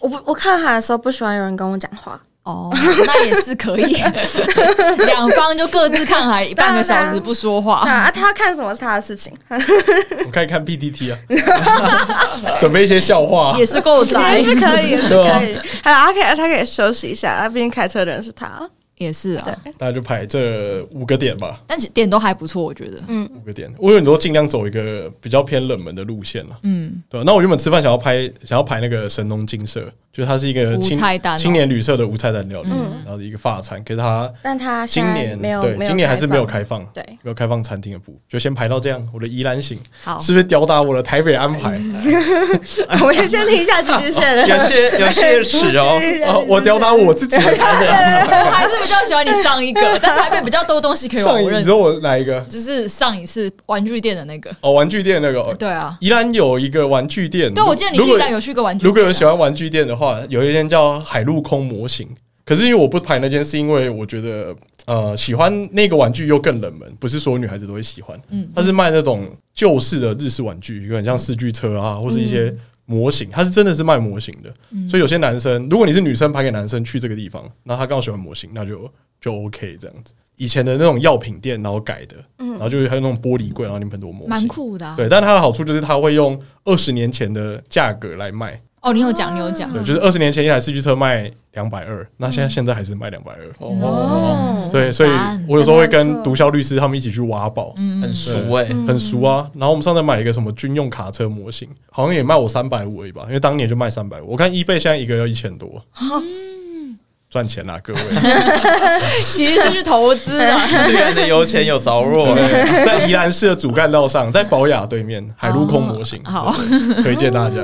Speaker 4: 我不我看海的时候不喜欢有人跟我讲话，
Speaker 3: 哦， [laughs] 那也是可 [laughs] 以，两方就各自看海半个小时不说话。
Speaker 4: 啊，他看什么是他的事情，
Speaker 2: 我可以看 PPT 啊，准备一些笑话啊、
Speaker 3: [laughs] 也是够宅，
Speaker 4: 也是可
Speaker 2: [laughs]
Speaker 4: 以，也是
Speaker 2: 对啊
Speaker 4: 可以。还有他可以他可以休息一下，他毕竟开车的人是他。
Speaker 3: 也是啊，
Speaker 2: 大家就排这五个点吧，
Speaker 3: 但是点都还不错，我觉得。
Speaker 2: 五个点。我有很多尽量走一个比较偏冷门的路线了。
Speaker 3: 嗯，
Speaker 2: 对，啊那我原本吃饭想要拍，想要排那个神农精舍，就是它是一个
Speaker 3: 无
Speaker 2: 青
Speaker 3: 菜单哦
Speaker 2: 青年旅社的无菜单料理，
Speaker 4: 嗯
Speaker 2: 然后一个法餐，可是它
Speaker 4: 但他
Speaker 2: 今
Speaker 4: 现在
Speaker 2: 年
Speaker 4: 没有，
Speaker 2: 对
Speaker 4: 没有
Speaker 2: 今年还是没有开
Speaker 4: 放。
Speaker 2: 放，
Speaker 4: 对，
Speaker 2: 没有开放餐厅的部，就先排到这样。我的宜兰行
Speaker 3: 好，
Speaker 2: 是不是吊打我的台北安
Speaker 4: [laughs]
Speaker 2: 排？
Speaker 4: 我们先听一下几句线
Speaker 2: [laughs]
Speaker 4: 的。
Speaker 1: [laughs] 有些有些哦齿
Speaker 4: [laughs]
Speaker 1: 哦，
Speaker 2: 啊，我吊打我自己的台北安
Speaker 3: 我还是比较喜欢你上一个，但台北比较多东西可
Speaker 2: 排。
Speaker 3: 以
Speaker 2: 上
Speaker 3: 让
Speaker 2: 一
Speaker 3: 我
Speaker 2: 你
Speaker 3: 认，
Speaker 2: 说我哪一个？
Speaker 3: 就是上一次玩具店的那个。
Speaker 2: 哦，玩具店那个。哦
Speaker 3: 对啊，
Speaker 2: 宜兰有一个玩具店，
Speaker 3: 对，啊我记得你
Speaker 2: 如
Speaker 3: 是
Speaker 2: 果
Speaker 3: 讲有去一个玩具店啊。
Speaker 2: 如果有喜欢玩具店的话，有一间叫海陆空模型。可是因为我不排那间，是因为我觉得呃喜欢那个玩具又更冷门，不是所有女孩子都会喜欢。
Speaker 3: 嗯
Speaker 2: 它是卖那种旧式的日式玩具，有点像四驱车啊，或是一些模型。它是真的是卖模型的，
Speaker 3: 嗯
Speaker 2: 所以有些男生，如果你是女生排给男生去这个地方，那他刚好喜欢模型，那就就 OK 这样子。以前的那种药品店，然后改的，然后就是还有那种玻璃柜，然后里面很多模型，
Speaker 3: 嗯蛮酷的啊。
Speaker 2: 对，但它的好处就是它会用二十年前的价格来卖，
Speaker 3: 哦，你有讲，你有讲
Speaker 2: 对，。就是二十年前一台四驱车卖两百二，那现在现在还是卖两百二。
Speaker 4: 嗯
Speaker 1: 哦，
Speaker 2: 对，所以
Speaker 3: 赞
Speaker 2: 我有时候会
Speaker 4: 很不
Speaker 2: 跟
Speaker 4: 错
Speaker 2: 毒枭律师他们一起去挖宝，
Speaker 4: 嗯
Speaker 1: 很熟哎，
Speaker 4: [laughs]
Speaker 2: 很熟啊。然后我们上次买一个什么军用卡车模型，好像也卖我三百五而已吧，因为当年就卖三百五。我看 eBay 现在一个要一千多，赚钱啦，各位！ [laughs]
Speaker 3: 其实是去投资啊的。
Speaker 1: 这个人的有钱有着落，
Speaker 4: 嗯
Speaker 2: 对在宜兰市的主干道上，在宝雅对面，海陆空模型，
Speaker 3: [laughs] 好
Speaker 2: 对推荐大家。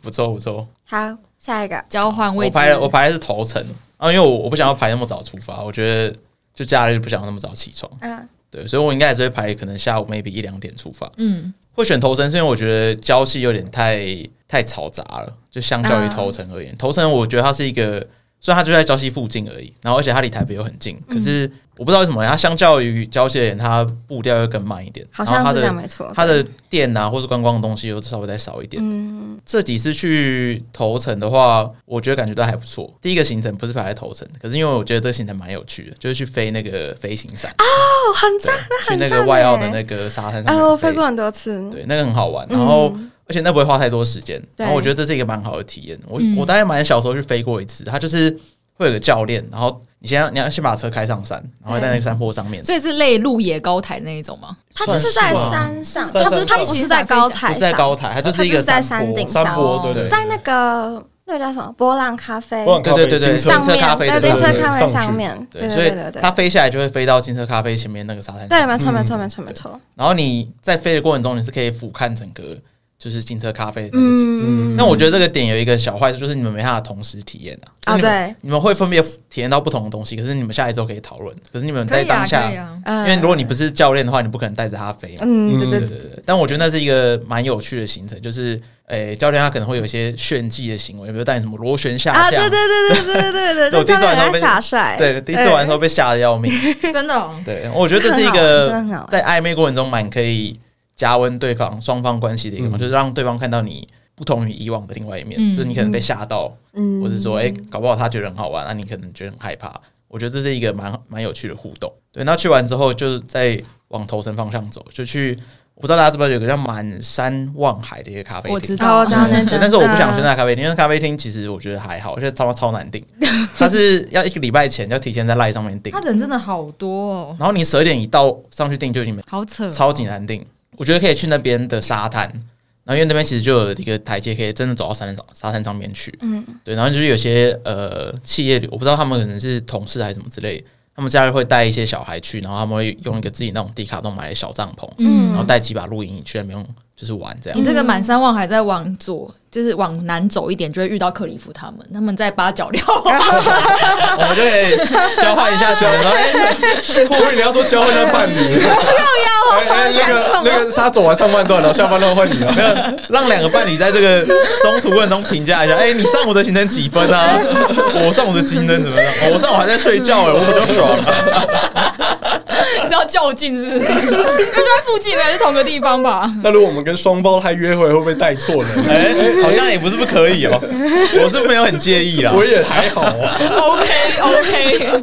Speaker 1: 不错不错。
Speaker 4: 好，下一个
Speaker 3: 交换位
Speaker 1: 我
Speaker 3: 置，
Speaker 1: 排我排的是头层啊，因为我我不想要排那么早出发，我觉得就假日不想要那么早起床，
Speaker 4: 啊，
Speaker 1: 对，所以我应该也是会排可能下午 maybe 一两点出发。
Speaker 3: 嗯，
Speaker 1: 会选头城是因为我觉得交戏有点太太嘈杂了，就相较于头城
Speaker 4: 啊
Speaker 1: 而言，头城我觉得它是一个，虽然它就在交戏附近而已，然后而且它离台北又很近，可
Speaker 4: 嗯
Speaker 1: 是我不知道为什么它相较于交戏而言，它步调又更慢一点，
Speaker 4: 好
Speaker 1: 然
Speaker 4: 像
Speaker 1: 后
Speaker 4: 是
Speaker 1: 它
Speaker 4: 这样没
Speaker 1: 的
Speaker 4: 错。
Speaker 1: 它的店啊或是观光的东西又稍微再少一点。
Speaker 4: 嗯，
Speaker 1: 这几次去头城的话，我觉得感觉都还不错。第一个行程不是排在头城，可是因为我觉得这个行程蛮有趣的，就是去飞那个飞行伞，
Speaker 4: 哦，很赞，
Speaker 1: 去那
Speaker 4: 很
Speaker 1: 个
Speaker 4: 赞
Speaker 1: 外澳
Speaker 4: 欸
Speaker 1: 的那个沙滩上
Speaker 4: 哎，
Speaker 1: 面
Speaker 4: 我飞过很嗯多次，
Speaker 1: 对，那个很好玩。然后，而且那不会花太多时间。
Speaker 4: 对
Speaker 1: 然后我觉得这是一个蛮好的体验。我
Speaker 3: 嗯
Speaker 1: 我大概蛮小时候去飞过一次，它就是会有个教练，然后你先要你要先把车开上山，然后在那个山坡上
Speaker 4: 嗯
Speaker 1: 面，
Speaker 3: 所以是类路野高台那一种吗？
Speaker 4: 它就是在
Speaker 1: 算是吧
Speaker 4: 山上，
Speaker 2: 在
Speaker 4: 它不是
Speaker 2: 山
Speaker 4: 它
Speaker 2: 上
Speaker 4: 不是在高台
Speaker 1: 不
Speaker 4: 上，
Speaker 1: 是在高台，它就是一个
Speaker 4: 它就是在
Speaker 1: 山坡
Speaker 4: 山顶上
Speaker 2: 山坡对对
Speaker 1: 对
Speaker 2: 对
Speaker 4: 在那个那个叫什么波浪咖啡
Speaker 2: 波浪咖
Speaker 1: 对
Speaker 2: 啡
Speaker 1: 对对
Speaker 2: 金
Speaker 1: 上
Speaker 2: 车
Speaker 4: 上
Speaker 1: 面
Speaker 4: 面，
Speaker 1: 对
Speaker 2: 金
Speaker 4: 对，金
Speaker 2: 车
Speaker 4: 车
Speaker 2: 咖
Speaker 4: 咖
Speaker 2: 啡
Speaker 4: 啡
Speaker 2: 上
Speaker 4: 上
Speaker 2: 面
Speaker 4: 面，
Speaker 1: 对，
Speaker 4: 对
Speaker 1: 所以
Speaker 4: 对对
Speaker 1: 它。飞下来就会飞到金色咖啡前面那个沙滩上。
Speaker 2: 嗯
Speaker 4: 对，没错，没错，没错，没错。
Speaker 1: 然后你在飞的过程中，你是可以俯瞰整个就是金车咖啡的那个景点。
Speaker 4: 嗯
Speaker 1: 那我觉得这个点有一个小坏处，就是你们没办法同时体验啊。
Speaker 4: 啊
Speaker 1: 就是你们
Speaker 4: 对，
Speaker 1: 你们会分别体验到不同的东西，可是你们下一周可以讨论。可是你们在当下，
Speaker 3: 啊。
Speaker 4: 因
Speaker 1: 因为如果你不是教练的话，你不可能带着他飞嘛。
Speaker 4: 嗯对对
Speaker 1: 对对对，但我觉得那是一个蛮有趣的行程，就是诶、教练他可能会有一些炫技的行为，比如带你什么螺旋下
Speaker 4: 啊
Speaker 1: 降，
Speaker 4: 对对对对对对
Speaker 2: [laughs]
Speaker 4: 对，
Speaker 1: 对我
Speaker 4: 就
Speaker 1: 第一
Speaker 4: 教
Speaker 1: 次玩的时
Speaker 4: 练
Speaker 1: 候被
Speaker 4: 在耍帅，
Speaker 1: 对第一次玩的时候被吓得要命。
Speaker 3: [laughs] 真的、哦，
Speaker 1: 对，我觉得这是一
Speaker 4: 很好
Speaker 1: 个
Speaker 4: 真的很好
Speaker 1: 在暧昧过程中蛮可以加温对方双方关系的一个嘛，
Speaker 2: 嗯
Speaker 1: 就是让对方看到你不同于以往的另外一面，
Speaker 3: 嗯
Speaker 1: 就是你可能被吓到，
Speaker 4: 嗯
Speaker 1: 或是说诶，搞不好他觉得很好玩，那、你可能觉得很害怕。我觉得这是一个蛮蛮有趣的互动。对，那去完之后就再往头城方向走，就去。我不知道大家知不知道有个叫满山望海的一个咖啡
Speaker 3: 我
Speaker 1: 厅，
Speaker 3: 知
Speaker 4: 哦
Speaker 3: 道，
Speaker 4: 我知道那
Speaker 1: 对
Speaker 4: 种，
Speaker 1: 但 [laughs] 是我不想去那咖啡厅，因为咖啡厅其实我觉得还好，而且超超难
Speaker 4: [laughs]
Speaker 1: 订，它是要一个礼拜前要提前在赖上面订
Speaker 3: 他，人真的好多哦，
Speaker 1: 然后你十二点一到上去订就已经没
Speaker 3: 好扯
Speaker 4: 嗯
Speaker 3: 哦，
Speaker 1: 超级难订。我觉得可以去那边的沙滩，然后因为那边其实就有一个台阶，可以真的走到沙滩上沙滩上面去。
Speaker 4: 嗯
Speaker 1: 对，然后就是有些呃企业，我不知道他们可能是同事还是什么之类的，他们假日会带一些小孩去，然后他们会用一个自己那种迪卡侬买的小帐篷，
Speaker 4: 嗯
Speaker 1: 然后带几把露营椅去那边用就是玩这样
Speaker 3: 你。这个满山望海再往左，就是往南走一点，就会遇到克里夫他们，他们在八角料。
Speaker 1: [laughs]
Speaker 3: [laughs]
Speaker 1: 我们就可以交换一下小人，然后
Speaker 4: [laughs]
Speaker 1: 哎
Speaker 2: 我以为你要说交换到伴侣，又哎要那个那个，他走完上半段，然后下半段换你啊了。
Speaker 1: 让两个伴侣在这个中途过程中评价一下，哎、你上午的行程几分啊？我上午的行程怎么样？哦我上午还在睡觉哎、我比较爽、
Speaker 3: 是要较劲是不 [laughs] 是？因为就在附近，还是同个地方吧？
Speaker 2: [laughs] 那如果我们跟双胞胎约会，会不会带错呢？
Speaker 1: 哎、好像也不是不可以哦、我是没有很介意啦。
Speaker 2: 我也还好啊。
Speaker 3: OK OK，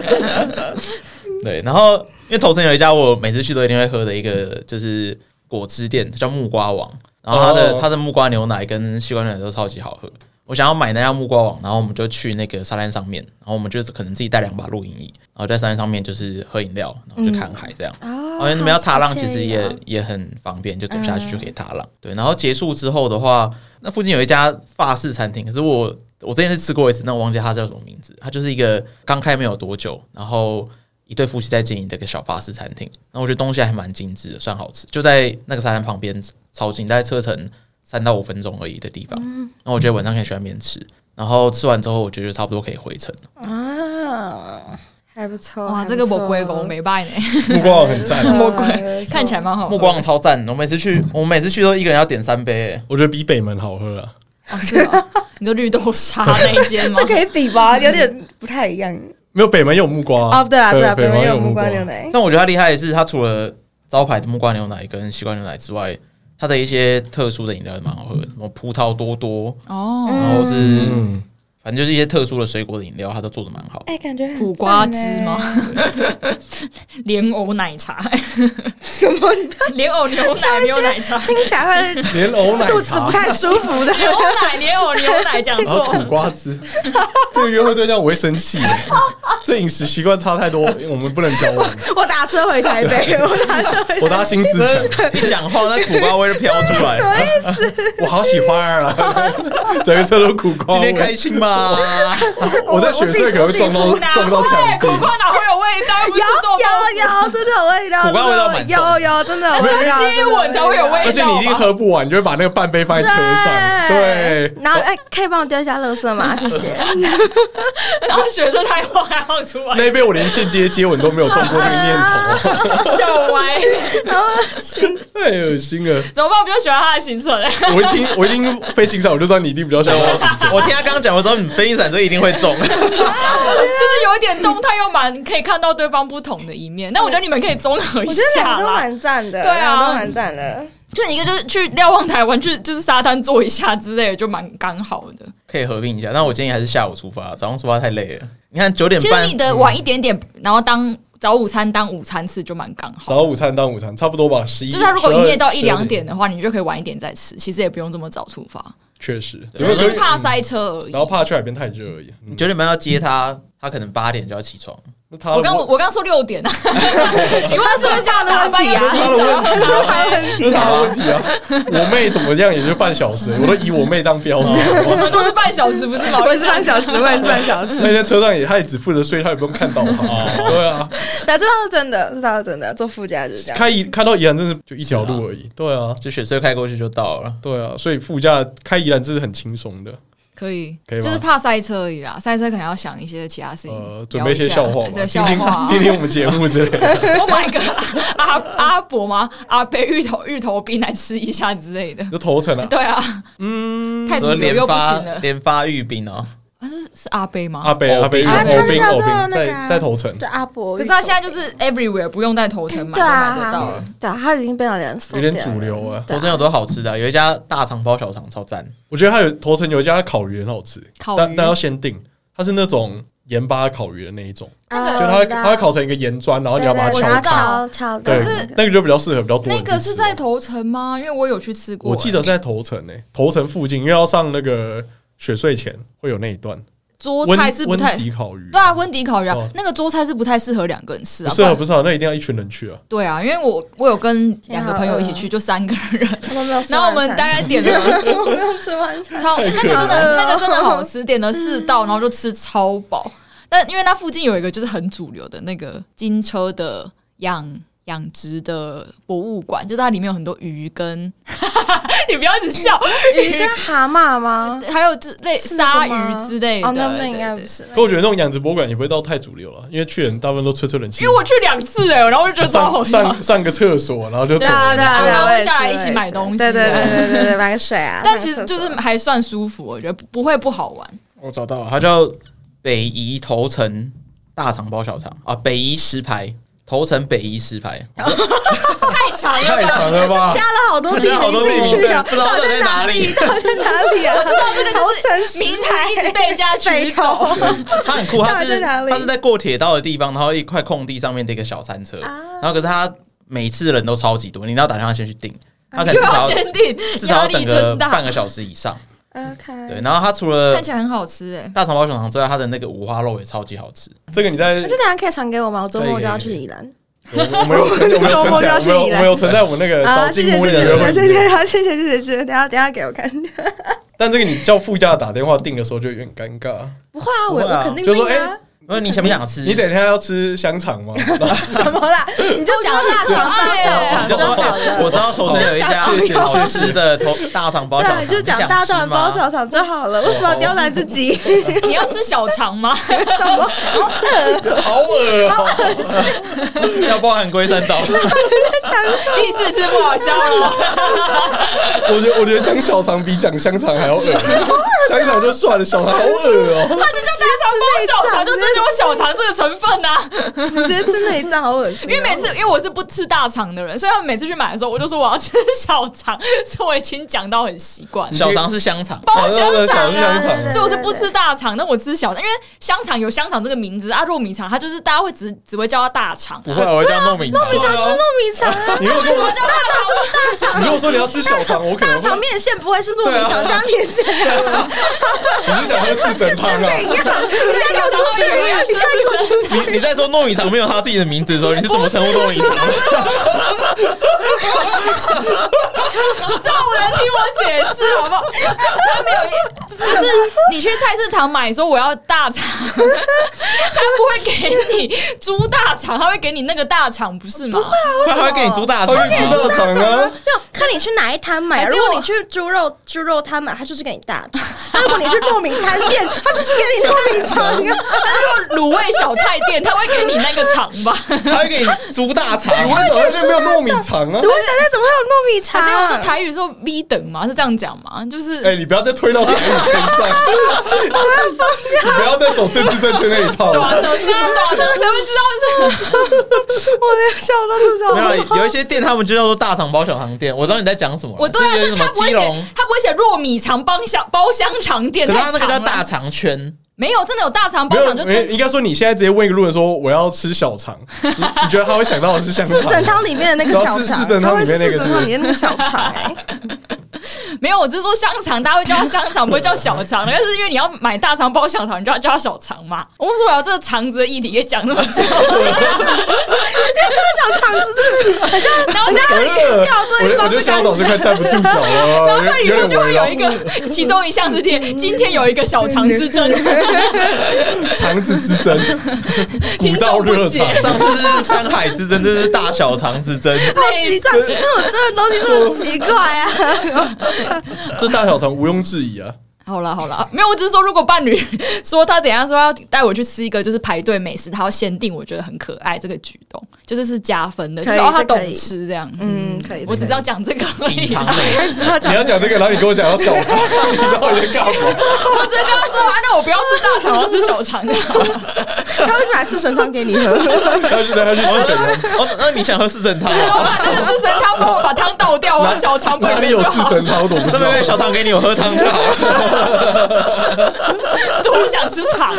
Speaker 1: 对，然后因为头城有一家我每次去都一定会喝的一个就是果汁店，叫木瓜王，然后它的、
Speaker 2: 哦
Speaker 1: 它的木瓜牛奶跟西瓜牛奶都超级好喝。我想要买那家木瓜王，然后我们就去那个沙滩上面，然后我们就是可能自己带两把露营椅，然后在沙滩上面就是喝饮料，然后就看海这样。
Speaker 4: 啊
Speaker 1: 哦，因为你啊嗯们要踏浪，其
Speaker 4: 好
Speaker 1: 实
Speaker 4: 惬意
Speaker 1: 也、
Speaker 4: 哦
Speaker 1: 也很方便，就走下去就可以踏浪。对，然后结束之后的话，那附近有一家法式餐厅，可是我我之前是吃过一次，但我忘记它叫什么名字。它就是一个刚开没有多久，然后一对夫妻在经营的一个小法式餐厅。然后我觉得东西还蛮精致的，算好吃，就在那个沙滩旁边，超近，大概车程三到五分钟而已的地方。那我觉得晚上可以去那边吃。然后吃完之后，我觉得差不多可以回程了。
Speaker 4: 啊，还不错
Speaker 3: [laughs] 哇，这个我归我
Speaker 1: [laughs]
Speaker 3: 没拜呢，
Speaker 2: 目光很赞，
Speaker 3: 魔 [laughs] 鬼看起来蛮好喝。
Speaker 1: 目光超赞，我每次去，我每次去都一个人要点三杯、欸
Speaker 2: 我觉得比北门好喝啊。
Speaker 3: 哦是啊，你说绿豆沙那一间吗
Speaker 4: 这？可以比吧，有点不太一样
Speaker 2: 没有北门有木瓜
Speaker 4: 哦。对啊，对啊，
Speaker 2: 北
Speaker 4: 北门
Speaker 2: 有
Speaker 4: 有木瓜
Speaker 2: 瓜
Speaker 4: 牛。奶，
Speaker 1: 但我觉得它厉害的是，它除了招牌的木瓜牛奶跟西瓜牛奶之外，它的一些特殊的饮料也蛮好喝的，什么葡萄多多，
Speaker 3: 哦，
Speaker 1: 然后是、
Speaker 2: [laughs] 嗯，
Speaker 1: 反正就是一些特殊的水果的饮料，它都做的蛮好。
Speaker 4: 哎，感觉很
Speaker 3: 苦瓜
Speaker 4: 赞
Speaker 3: 汁
Speaker 4: 欸
Speaker 3: 吗？ [laughs] 莲藕奶茶，
Speaker 4: 什么？你
Speaker 3: [laughs]
Speaker 4: 不要
Speaker 3: 莲藕牛奶牛奶
Speaker 4: [laughs]
Speaker 3: 茶，
Speaker 4: 听起来会
Speaker 2: 莲藕奶
Speaker 4: 肚子
Speaker 2: 茶
Speaker 4: 不太舒服的。
Speaker 3: 牛奶莲藕牛奶讲
Speaker 2: 然后
Speaker 3: 错。
Speaker 2: 苦瓜 [laughs] 汁，这个约会对象我会生气耶。这饮食习惯差太多，我们不能交往。
Speaker 4: 我打车回台北，我打车回
Speaker 2: 我搭新之城，
Speaker 1: [laughs] 一讲话，那苦瓜味就飘出来。
Speaker 2: 我好喜欢啊！ [laughs] 整个车都苦瓜
Speaker 1: [laughs] 今
Speaker 2: 味。
Speaker 1: 天开心 [laughs] 吗？
Speaker 2: 我在雪穗可能会撞到
Speaker 3: 哪
Speaker 2: 撞到
Speaker 3: 会
Speaker 2: 墙壁
Speaker 3: 苦。瓜哪会有味道？又不是做包
Speaker 4: 有有有，真的有味道，
Speaker 1: 苦瓜味道蛮
Speaker 4: 真
Speaker 1: 重
Speaker 4: 的有有真的有
Speaker 3: 是
Speaker 4: 味道，
Speaker 3: 接
Speaker 4: 真的
Speaker 3: 吻才会有味
Speaker 2: 而且你一定喝不完，你就会把那个半杯放在
Speaker 4: 哎
Speaker 2: 车上。对，
Speaker 4: 然后哎，可以帮我丢一下垃
Speaker 3: [laughs]
Speaker 4: 圾吗？谢谢。
Speaker 3: 然后学生太晃还晃出
Speaker 2: [laughs]
Speaker 3: 来，
Speaker 2: 那一杯我连间接接吻都没有动过那个念头，哎
Speaker 3: 笑歪。
Speaker 2: 太恶心了。
Speaker 3: 怎么办？我比较喜欢他的行程。
Speaker 2: 我一听我一听飞行伞，我就知道你一定比较像我。
Speaker 1: 我听他刚刚讲，我知道你飞行伞这一定会中。
Speaker 4: 啊
Speaker 3: 就是有一点动态，又蛮可以看到对方不同的一面。但我觉得你们可以综合一
Speaker 4: 我觉得两
Speaker 3: 下
Speaker 4: 个都
Speaker 3: 啦，
Speaker 4: 蛮赞的，
Speaker 3: 对啊
Speaker 4: 两个都蛮赞的。
Speaker 3: 就一个就是去瞭望台湾，去就是沙滩坐一下之类的，就蛮刚好的。
Speaker 1: [laughs] 可以合并一下，但我建议还是下午出发，早上出发太累了。你看九点
Speaker 3: 其实
Speaker 1: 半
Speaker 3: 你，的晚一点点，然后当早午餐当午餐吃就蛮刚好。
Speaker 2: 早午餐当午餐，差不多吧，十一。
Speaker 3: 就是他如果营业到一两
Speaker 2: 12
Speaker 3: 点，的话，你就可以晚一点再吃，其实也不用这么早出发，
Speaker 2: 确实，
Speaker 3: 只是怕塞车而已嗯
Speaker 2: 然。后怕去海边太热而已。嗯
Speaker 1: 你九点半要接他，他可能八点就要起床，
Speaker 2: 那他
Speaker 3: 我刚
Speaker 2: 的
Speaker 3: 我我刚说六点
Speaker 2: [laughs]
Speaker 3: 啊，
Speaker 4: 你问是不是这样的问题
Speaker 3: 他
Speaker 2: 他的问
Speaker 4: 啊？
Speaker 2: 题啊，
Speaker 4: 他的问
Speaker 2: 这
Speaker 4: 题
Speaker 2: 是他的
Speaker 4: 啊， [laughs]
Speaker 2: 问题啊！我妹怎么样也就半小时，
Speaker 3: [laughs]
Speaker 2: 我都以我妹当标准。
Speaker 3: 我们都是半小时，不是吗？
Speaker 4: 我也是半小时，我也是半小时。
Speaker 2: 那天车上也，她也只负责睡，她也不用看导航。
Speaker 3: 哦
Speaker 2: 对啊，
Speaker 4: 那这倒是真的，这倒是真的，做副驾就是这样。
Speaker 2: 开一看到宜兰真是就一条路而已。对啊，
Speaker 1: 就雪隧开过去就到了。
Speaker 2: 对啊，所以副驾开宜兰真是很轻松的。
Speaker 3: 可以，
Speaker 2: 可以吗
Speaker 3: 就是怕塞车而已啦，塞车可能要想一些其他事情，
Speaker 2: 呃，准备一些笑话嘛，
Speaker 3: 对
Speaker 2: 听
Speaker 3: 笑
Speaker 2: 听
Speaker 3: 话。
Speaker 2: 听听我们节目之类的。
Speaker 3: 我买个阿阿伯吗？阿伯芋头芋头冰来吃一下之类的。
Speaker 2: 就头层啊，
Speaker 3: 对 [laughs] 啊，嗯，太主
Speaker 1: 说
Speaker 3: 流
Speaker 1: 连
Speaker 3: 又不
Speaker 1: 发
Speaker 3: 行了。
Speaker 1: 连发玉兵哦，
Speaker 3: 啊，是是阿伯吗？
Speaker 2: 阿北
Speaker 1: 哦
Speaker 2: 阿北
Speaker 1: 啊
Speaker 4: 啊，
Speaker 1: 他
Speaker 2: 欧兵
Speaker 4: 那
Speaker 2: 欧
Speaker 4: 时候
Speaker 2: 兵
Speaker 4: 那个
Speaker 2: 在
Speaker 4: 啊
Speaker 2: 在头层，
Speaker 4: 对阿伯，
Speaker 3: 可是他现在就是 everywhere，不用带头层买
Speaker 4: 对
Speaker 3: 都买得到
Speaker 4: 啊
Speaker 3: 了。，
Speaker 4: 对啊，他已经变到连锁
Speaker 2: 有
Speaker 4: 店
Speaker 2: 点
Speaker 4: 了，哦
Speaker 2: 主流啊。
Speaker 1: 头城有多好吃的啊？有一家大肠包小肠超赞，
Speaker 2: 我觉得它有头层有一家烤鱼很好吃，
Speaker 3: 烤鱼
Speaker 2: 但但要先订，它是那种盐巴烤鱼的那一种，
Speaker 3: 这
Speaker 4: 啊，
Speaker 2: 就
Speaker 3: 个
Speaker 2: 它会它会烤成一个盐砖，然后
Speaker 4: 对，
Speaker 2: 你要把它
Speaker 4: 对
Speaker 3: 我
Speaker 2: 敲
Speaker 3: 知道
Speaker 2: 开。
Speaker 4: 敲敲
Speaker 2: 对
Speaker 4: 的
Speaker 3: 可是，
Speaker 2: 那个就比较适合比较多人
Speaker 3: 那
Speaker 2: 去吃。
Speaker 3: 个是在头层吗？因为我有去吃过、
Speaker 2: 我记得
Speaker 3: 欸
Speaker 2: 是在头城诶，头城附近，因为要上那个雪隧前会有那一段
Speaker 3: 桌
Speaker 2: 温
Speaker 3: 菜是不
Speaker 2: 温
Speaker 3: 太
Speaker 2: 迪烤鱼，
Speaker 3: 对啊，温迪烤鱼啊
Speaker 2: 哦
Speaker 3: 那个桌菜是不太适合两个人吃
Speaker 2: 不
Speaker 3: 啊，
Speaker 2: 适
Speaker 3: 然
Speaker 2: 合不适合，那一定要一群人去啊。
Speaker 3: 对啊，因为我我有跟两个朋友一起去，
Speaker 4: 天
Speaker 3: 就三个
Speaker 4: [laughs]
Speaker 3: 人，
Speaker 4: 他们没有吃
Speaker 3: 然
Speaker 4: 晚餐。
Speaker 3: 后我们大概点了
Speaker 4: 我没有吃晚餐，
Speaker 3: 超那个真
Speaker 4: 太饿
Speaker 3: 的
Speaker 4: 了
Speaker 3: 那个真的好吃，点了四道，然后就吃超饱。但因为那附近有一个就是很主流的那个金车的养养殖的博物馆，就是它里面有很多鱼跟， [laughs] 你不要一直笑，
Speaker 4: 鱼跟蛤蟆吗？
Speaker 3: [laughs] 还有之类
Speaker 4: 是那
Speaker 3: 鲨
Speaker 4: 个吗
Speaker 3: 鱼之类的，
Speaker 4: 哦，那那
Speaker 3: 对
Speaker 4: 应该
Speaker 3: 对
Speaker 4: 不是。
Speaker 2: 可我觉得那种养殖博物馆也不会到太主流了，因为去人大部分都吹吹冷气。
Speaker 3: 因为我去两次哎、然后我就觉得超好
Speaker 2: 上
Speaker 3: [laughs] 笑。
Speaker 2: 上上个厕所，然后就走
Speaker 4: 对啊，对
Speaker 2: 了。
Speaker 4: 啊，对
Speaker 3: 然
Speaker 4: 啊，
Speaker 3: 后
Speaker 4: 我也是
Speaker 3: 下来一起
Speaker 4: 我也是
Speaker 3: 买东西
Speaker 4: 对对对对对对，买个水啊。
Speaker 3: 但其实
Speaker 4: 上个
Speaker 3: 就
Speaker 4: 厕所
Speaker 3: 是还算舒服，我觉得不不会不好玩。
Speaker 1: 我找到了，它叫北宜头城大肠包小肠啊，北宜石牌。头城北宜石牌，
Speaker 3: 太长了，
Speaker 4: [laughs]
Speaker 2: 太长了吧
Speaker 4: 加？了好
Speaker 2: [laughs]
Speaker 4: 多地
Speaker 1: 好
Speaker 4: 名
Speaker 1: 多
Speaker 4: 进
Speaker 1: 地
Speaker 4: 去
Speaker 1: 名
Speaker 4: 啊，
Speaker 1: 不知道
Speaker 4: 到底
Speaker 1: 在
Speaker 4: 在
Speaker 1: 哪里
Speaker 4: 里，到底在哪里啊？我知道这个头城石
Speaker 3: 名字一直
Speaker 4: 牌
Speaker 3: 被人家取
Speaker 4: 北
Speaker 3: 走。
Speaker 4: 投
Speaker 1: [laughs] 它很酷，它
Speaker 4: 到底
Speaker 1: 是
Speaker 4: 在哪里
Speaker 1: 它是在过铁道的地方，然后一块空地上面的一个小餐车，
Speaker 4: 啊
Speaker 1: 然后可是它每次人都超级多，你一定要打电话先去订，
Speaker 4: 啊
Speaker 1: 它可能
Speaker 3: 又
Speaker 1: 至少
Speaker 3: 要
Speaker 1: 要
Speaker 3: 限定，
Speaker 1: 至少
Speaker 3: 压
Speaker 1: 要
Speaker 3: 力
Speaker 1: 等个
Speaker 3: 真大
Speaker 1: 半。个小时以上。
Speaker 4: OK，
Speaker 1: 对，然后它除了
Speaker 3: 看起来很好吃哎、
Speaker 1: 大肠包小肠之外，它的那个五花肉也超级好吃。
Speaker 2: 这个你在
Speaker 4: 这等下可以传给我吗？我周末
Speaker 1: 可以
Speaker 4: 就要
Speaker 1: 可以
Speaker 4: 去宜兰。
Speaker 2: 我我没有
Speaker 4: [laughs]
Speaker 2: 我没有存
Speaker 4: 周末就
Speaker 2: 在，
Speaker 4: 要
Speaker 2: 我
Speaker 4: 去
Speaker 2: 没有我
Speaker 4: 宜兰
Speaker 2: 没有存在我那个
Speaker 4: 啊，
Speaker 2: 找
Speaker 4: 谢
Speaker 2: 金
Speaker 4: 谢
Speaker 2: 摸
Speaker 4: 谢
Speaker 2: 的
Speaker 4: 谢
Speaker 2: 约
Speaker 4: 谢
Speaker 2: 会
Speaker 4: 谢
Speaker 2: 记
Speaker 4: 谢
Speaker 2: 录。
Speaker 4: 谢，好谢谢谢谢谢谢，等下等下给我看。
Speaker 2: 但这个你叫副驾打电话订的时候就有点尴尬，
Speaker 4: 不会啊，
Speaker 1: 不
Speaker 4: 我
Speaker 1: 会啊
Speaker 4: 我肯定
Speaker 2: 就说
Speaker 4: 那个啊，
Speaker 1: 那你想不想吃？
Speaker 2: 你等一下要吃香肠吗？然后
Speaker 1: 哎
Speaker 4: [laughs] 怎么啦？你就讲大肠包小肠
Speaker 1: 你就
Speaker 4: 就
Speaker 1: 说
Speaker 4: 好
Speaker 1: 哎我
Speaker 4: 了。
Speaker 1: 知道头城有一家好吃的头大肠包小肠，
Speaker 4: 对，就讲大肠包小肠就好了，为什么要刁难自己？
Speaker 3: [laughs] 你要吃小肠吗？ [laughs]
Speaker 4: 什么？好恶
Speaker 2: 好恶哦！
Speaker 1: 肠，要包含龟山岛。
Speaker 3: 第四次不好笑了，
Speaker 2: [laughs] 我觉得我觉得讲小肠比讲香肠还要恶，
Speaker 4: [laughs]
Speaker 2: 香肠就算了，小肠好恶哦。
Speaker 3: 他就叫大肠包小肠，就真的有小肠这个成分呐、 [laughs]
Speaker 4: 我觉得吃内脏好恶心
Speaker 3: 因
Speaker 4: 哦。
Speaker 3: 为每次，因为我是不吃大肠的人，所以他们每次去买的时候，我就说我要吃小肠，所以我已经讲到很习惯了。
Speaker 1: 小肠是香肠，
Speaker 3: 包香肠
Speaker 2: 小
Speaker 3: 啊
Speaker 2: 香肠
Speaker 4: 对
Speaker 3: 所以我是不吃大肠，那我吃小肠，因为香肠有香肠这个名字啊，糯米肠它就是大家会只只会叫它大肠，
Speaker 1: 不会，我会叫糯米肠。
Speaker 2: 对啊
Speaker 4: 糯米肠
Speaker 2: [laughs]
Speaker 4: 啊，
Speaker 2: 你如果跟我
Speaker 3: 叫大肠，
Speaker 2: 你如果说你要吃小肠，我可能
Speaker 4: 大肠
Speaker 2: 会
Speaker 4: 面线不会是糯米肠加面线啊？
Speaker 2: 你是想喝四神汤啊？
Speaker 4: 怎样？ [laughs] 你现在给我出去！你现在给我出去！
Speaker 1: 你你在说糯米肠没有他自己的名字的时候，你是怎么称呼糯米肠？
Speaker 3: 叫人听我解释好不好？他没有，就是你去菜市场买说我要大肠，他不会给你猪大肠，他会给你那个大肠，不是吗？
Speaker 1: 他还会给你猪大肠
Speaker 2: 他会给你猪大肠啊？
Speaker 4: 没有，看你去哪一摊买。啊
Speaker 3: 还是
Speaker 4: 如
Speaker 3: 我
Speaker 4: 果你去猪肉猪肉摊买，他就是给你大肠；但如果你去糯米摊店，他就是给你糯米
Speaker 1: [laughs]
Speaker 4: 肠啊。
Speaker 3: 但是卤味小菜店，他会给你那个肠 [laughs] 吧？
Speaker 1: 他会给你猪大肠。
Speaker 2: 你为什么就没有糯米肠啊
Speaker 4: 我？想那怎么会有糯米啊肠
Speaker 3: 他是用的？台语说 “v 等”嘛，是这样讲嘛？就是
Speaker 2: 哎，你不要再推到台语身上，你不要再走政治正确那一套了。
Speaker 3: [laughs] 短的啊，短的，谁会知道是什么？
Speaker 4: 我连笑到这
Speaker 1: 没有啊
Speaker 4: 种。
Speaker 1: 啦，有一些店他们就叫做大肠包小肠店。我知道你在讲什么啦，
Speaker 3: [laughs] 我对啊，
Speaker 1: 就是是什
Speaker 3: 他
Speaker 1: 么
Speaker 3: 不会
Speaker 1: 基
Speaker 3: 写
Speaker 1: 隆，，
Speaker 3: 他不会写糯米肠包香包香肠店，
Speaker 1: 可是他那个
Speaker 3: 太长
Speaker 1: 叫
Speaker 3: 了
Speaker 1: 大肠圈，
Speaker 3: 没有，真的有大肠包
Speaker 2: 没有
Speaker 3: 肠，就，
Speaker 2: 没有
Speaker 3: 真
Speaker 2: 应该说你现在直接问一个路人说我要吃小肠，你你觉得他会想到的是香
Speaker 4: 四神
Speaker 2: 肠？
Speaker 4: 汤里面的那个小
Speaker 2: 然后
Speaker 4: 肠，
Speaker 2: 四四神汤里面那个
Speaker 4: [laughs] 他会是四神汤里面那个小肠、哎，
Speaker 3: 没有，我只是说香肠，大家会叫它香肠，不会叫小肠。但是因为你要买大肠包小肠，你就要叫它小肠嘛。我们说聊这个肠子的议题，可以讲那么久，
Speaker 4: 讲肠子真的很像
Speaker 3: 然后现在。
Speaker 4: 吃掉
Speaker 2: 我觉
Speaker 4: 对
Speaker 2: 得我
Speaker 4: 方
Speaker 2: 觉
Speaker 4: 的
Speaker 2: 得肖
Speaker 4: 感
Speaker 2: 老师
Speaker 4: 觉。
Speaker 2: 快站不住脚了，
Speaker 3: 然后克里
Speaker 2: 有
Speaker 3: 夫就
Speaker 2: 点
Speaker 3: 会
Speaker 2: 围
Speaker 3: 有
Speaker 2: 绕
Speaker 3: 一个，其中一项是天，今天有一个小肠之争，
Speaker 2: 肠子之争， [laughs]
Speaker 3: 听
Speaker 2: 古道
Speaker 3: 众不
Speaker 2: 热
Speaker 3: 解
Speaker 2: 肠。
Speaker 1: 上次是山海之争，这是大小肠之争，
Speaker 4: 好奇怪，那种真的东西这么奇怪啊！
Speaker 2: 这大小肠毋庸置疑啊。
Speaker 3: 好了好了，没有，我只是说，如果伴侣说他等一下说要带我去吃一个就是排队美食，他要限定，我觉得很可爱，这个举动就是是加分的，就
Speaker 4: 可以
Speaker 3: 是哦他
Speaker 4: 这可
Speaker 3: 懂
Speaker 4: 以
Speaker 3: 吃这样。
Speaker 4: 嗯，可以
Speaker 3: 我只是要讲这个而
Speaker 1: 隐
Speaker 3: 已
Speaker 1: 藏
Speaker 3: 啊。
Speaker 1: 美
Speaker 4: 开始要
Speaker 2: 你
Speaker 4: 讲
Speaker 2: 要讲这个，然后你跟我讲要小肠， [laughs] 你到底在干
Speaker 1: [laughs]
Speaker 2: 嘛？
Speaker 3: 我直接跟他说啊，那我不要吃大肠，我要吃小肠就好。
Speaker 4: 他为什么还吃神汤给你喝？
Speaker 2: 他去 [laughs] 他去吃怎样？
Speaker 1: 哦，那你想喝四
Speaker 3: [laughs]
Speaker 1: 神汤
Speaker 3: 然
Speaker 1: 啊？
Speaker 3: 后把那个四神汤帮我把汤倒掉，我要小肠本
Speaker 2: 哪里
Speaker 3: 人就
Speaker 2: 有四
Speaker 3: 好。 [laughs]
Speaker 2: 神汤我都不
Speaker 1: 对
Speaker 2: 知
Speaker 1: 不对？
Speaker 2: 道。
Speaker 1: 小汤给你，我喝汤就好了。
Speaker 3: 都不想吃肠。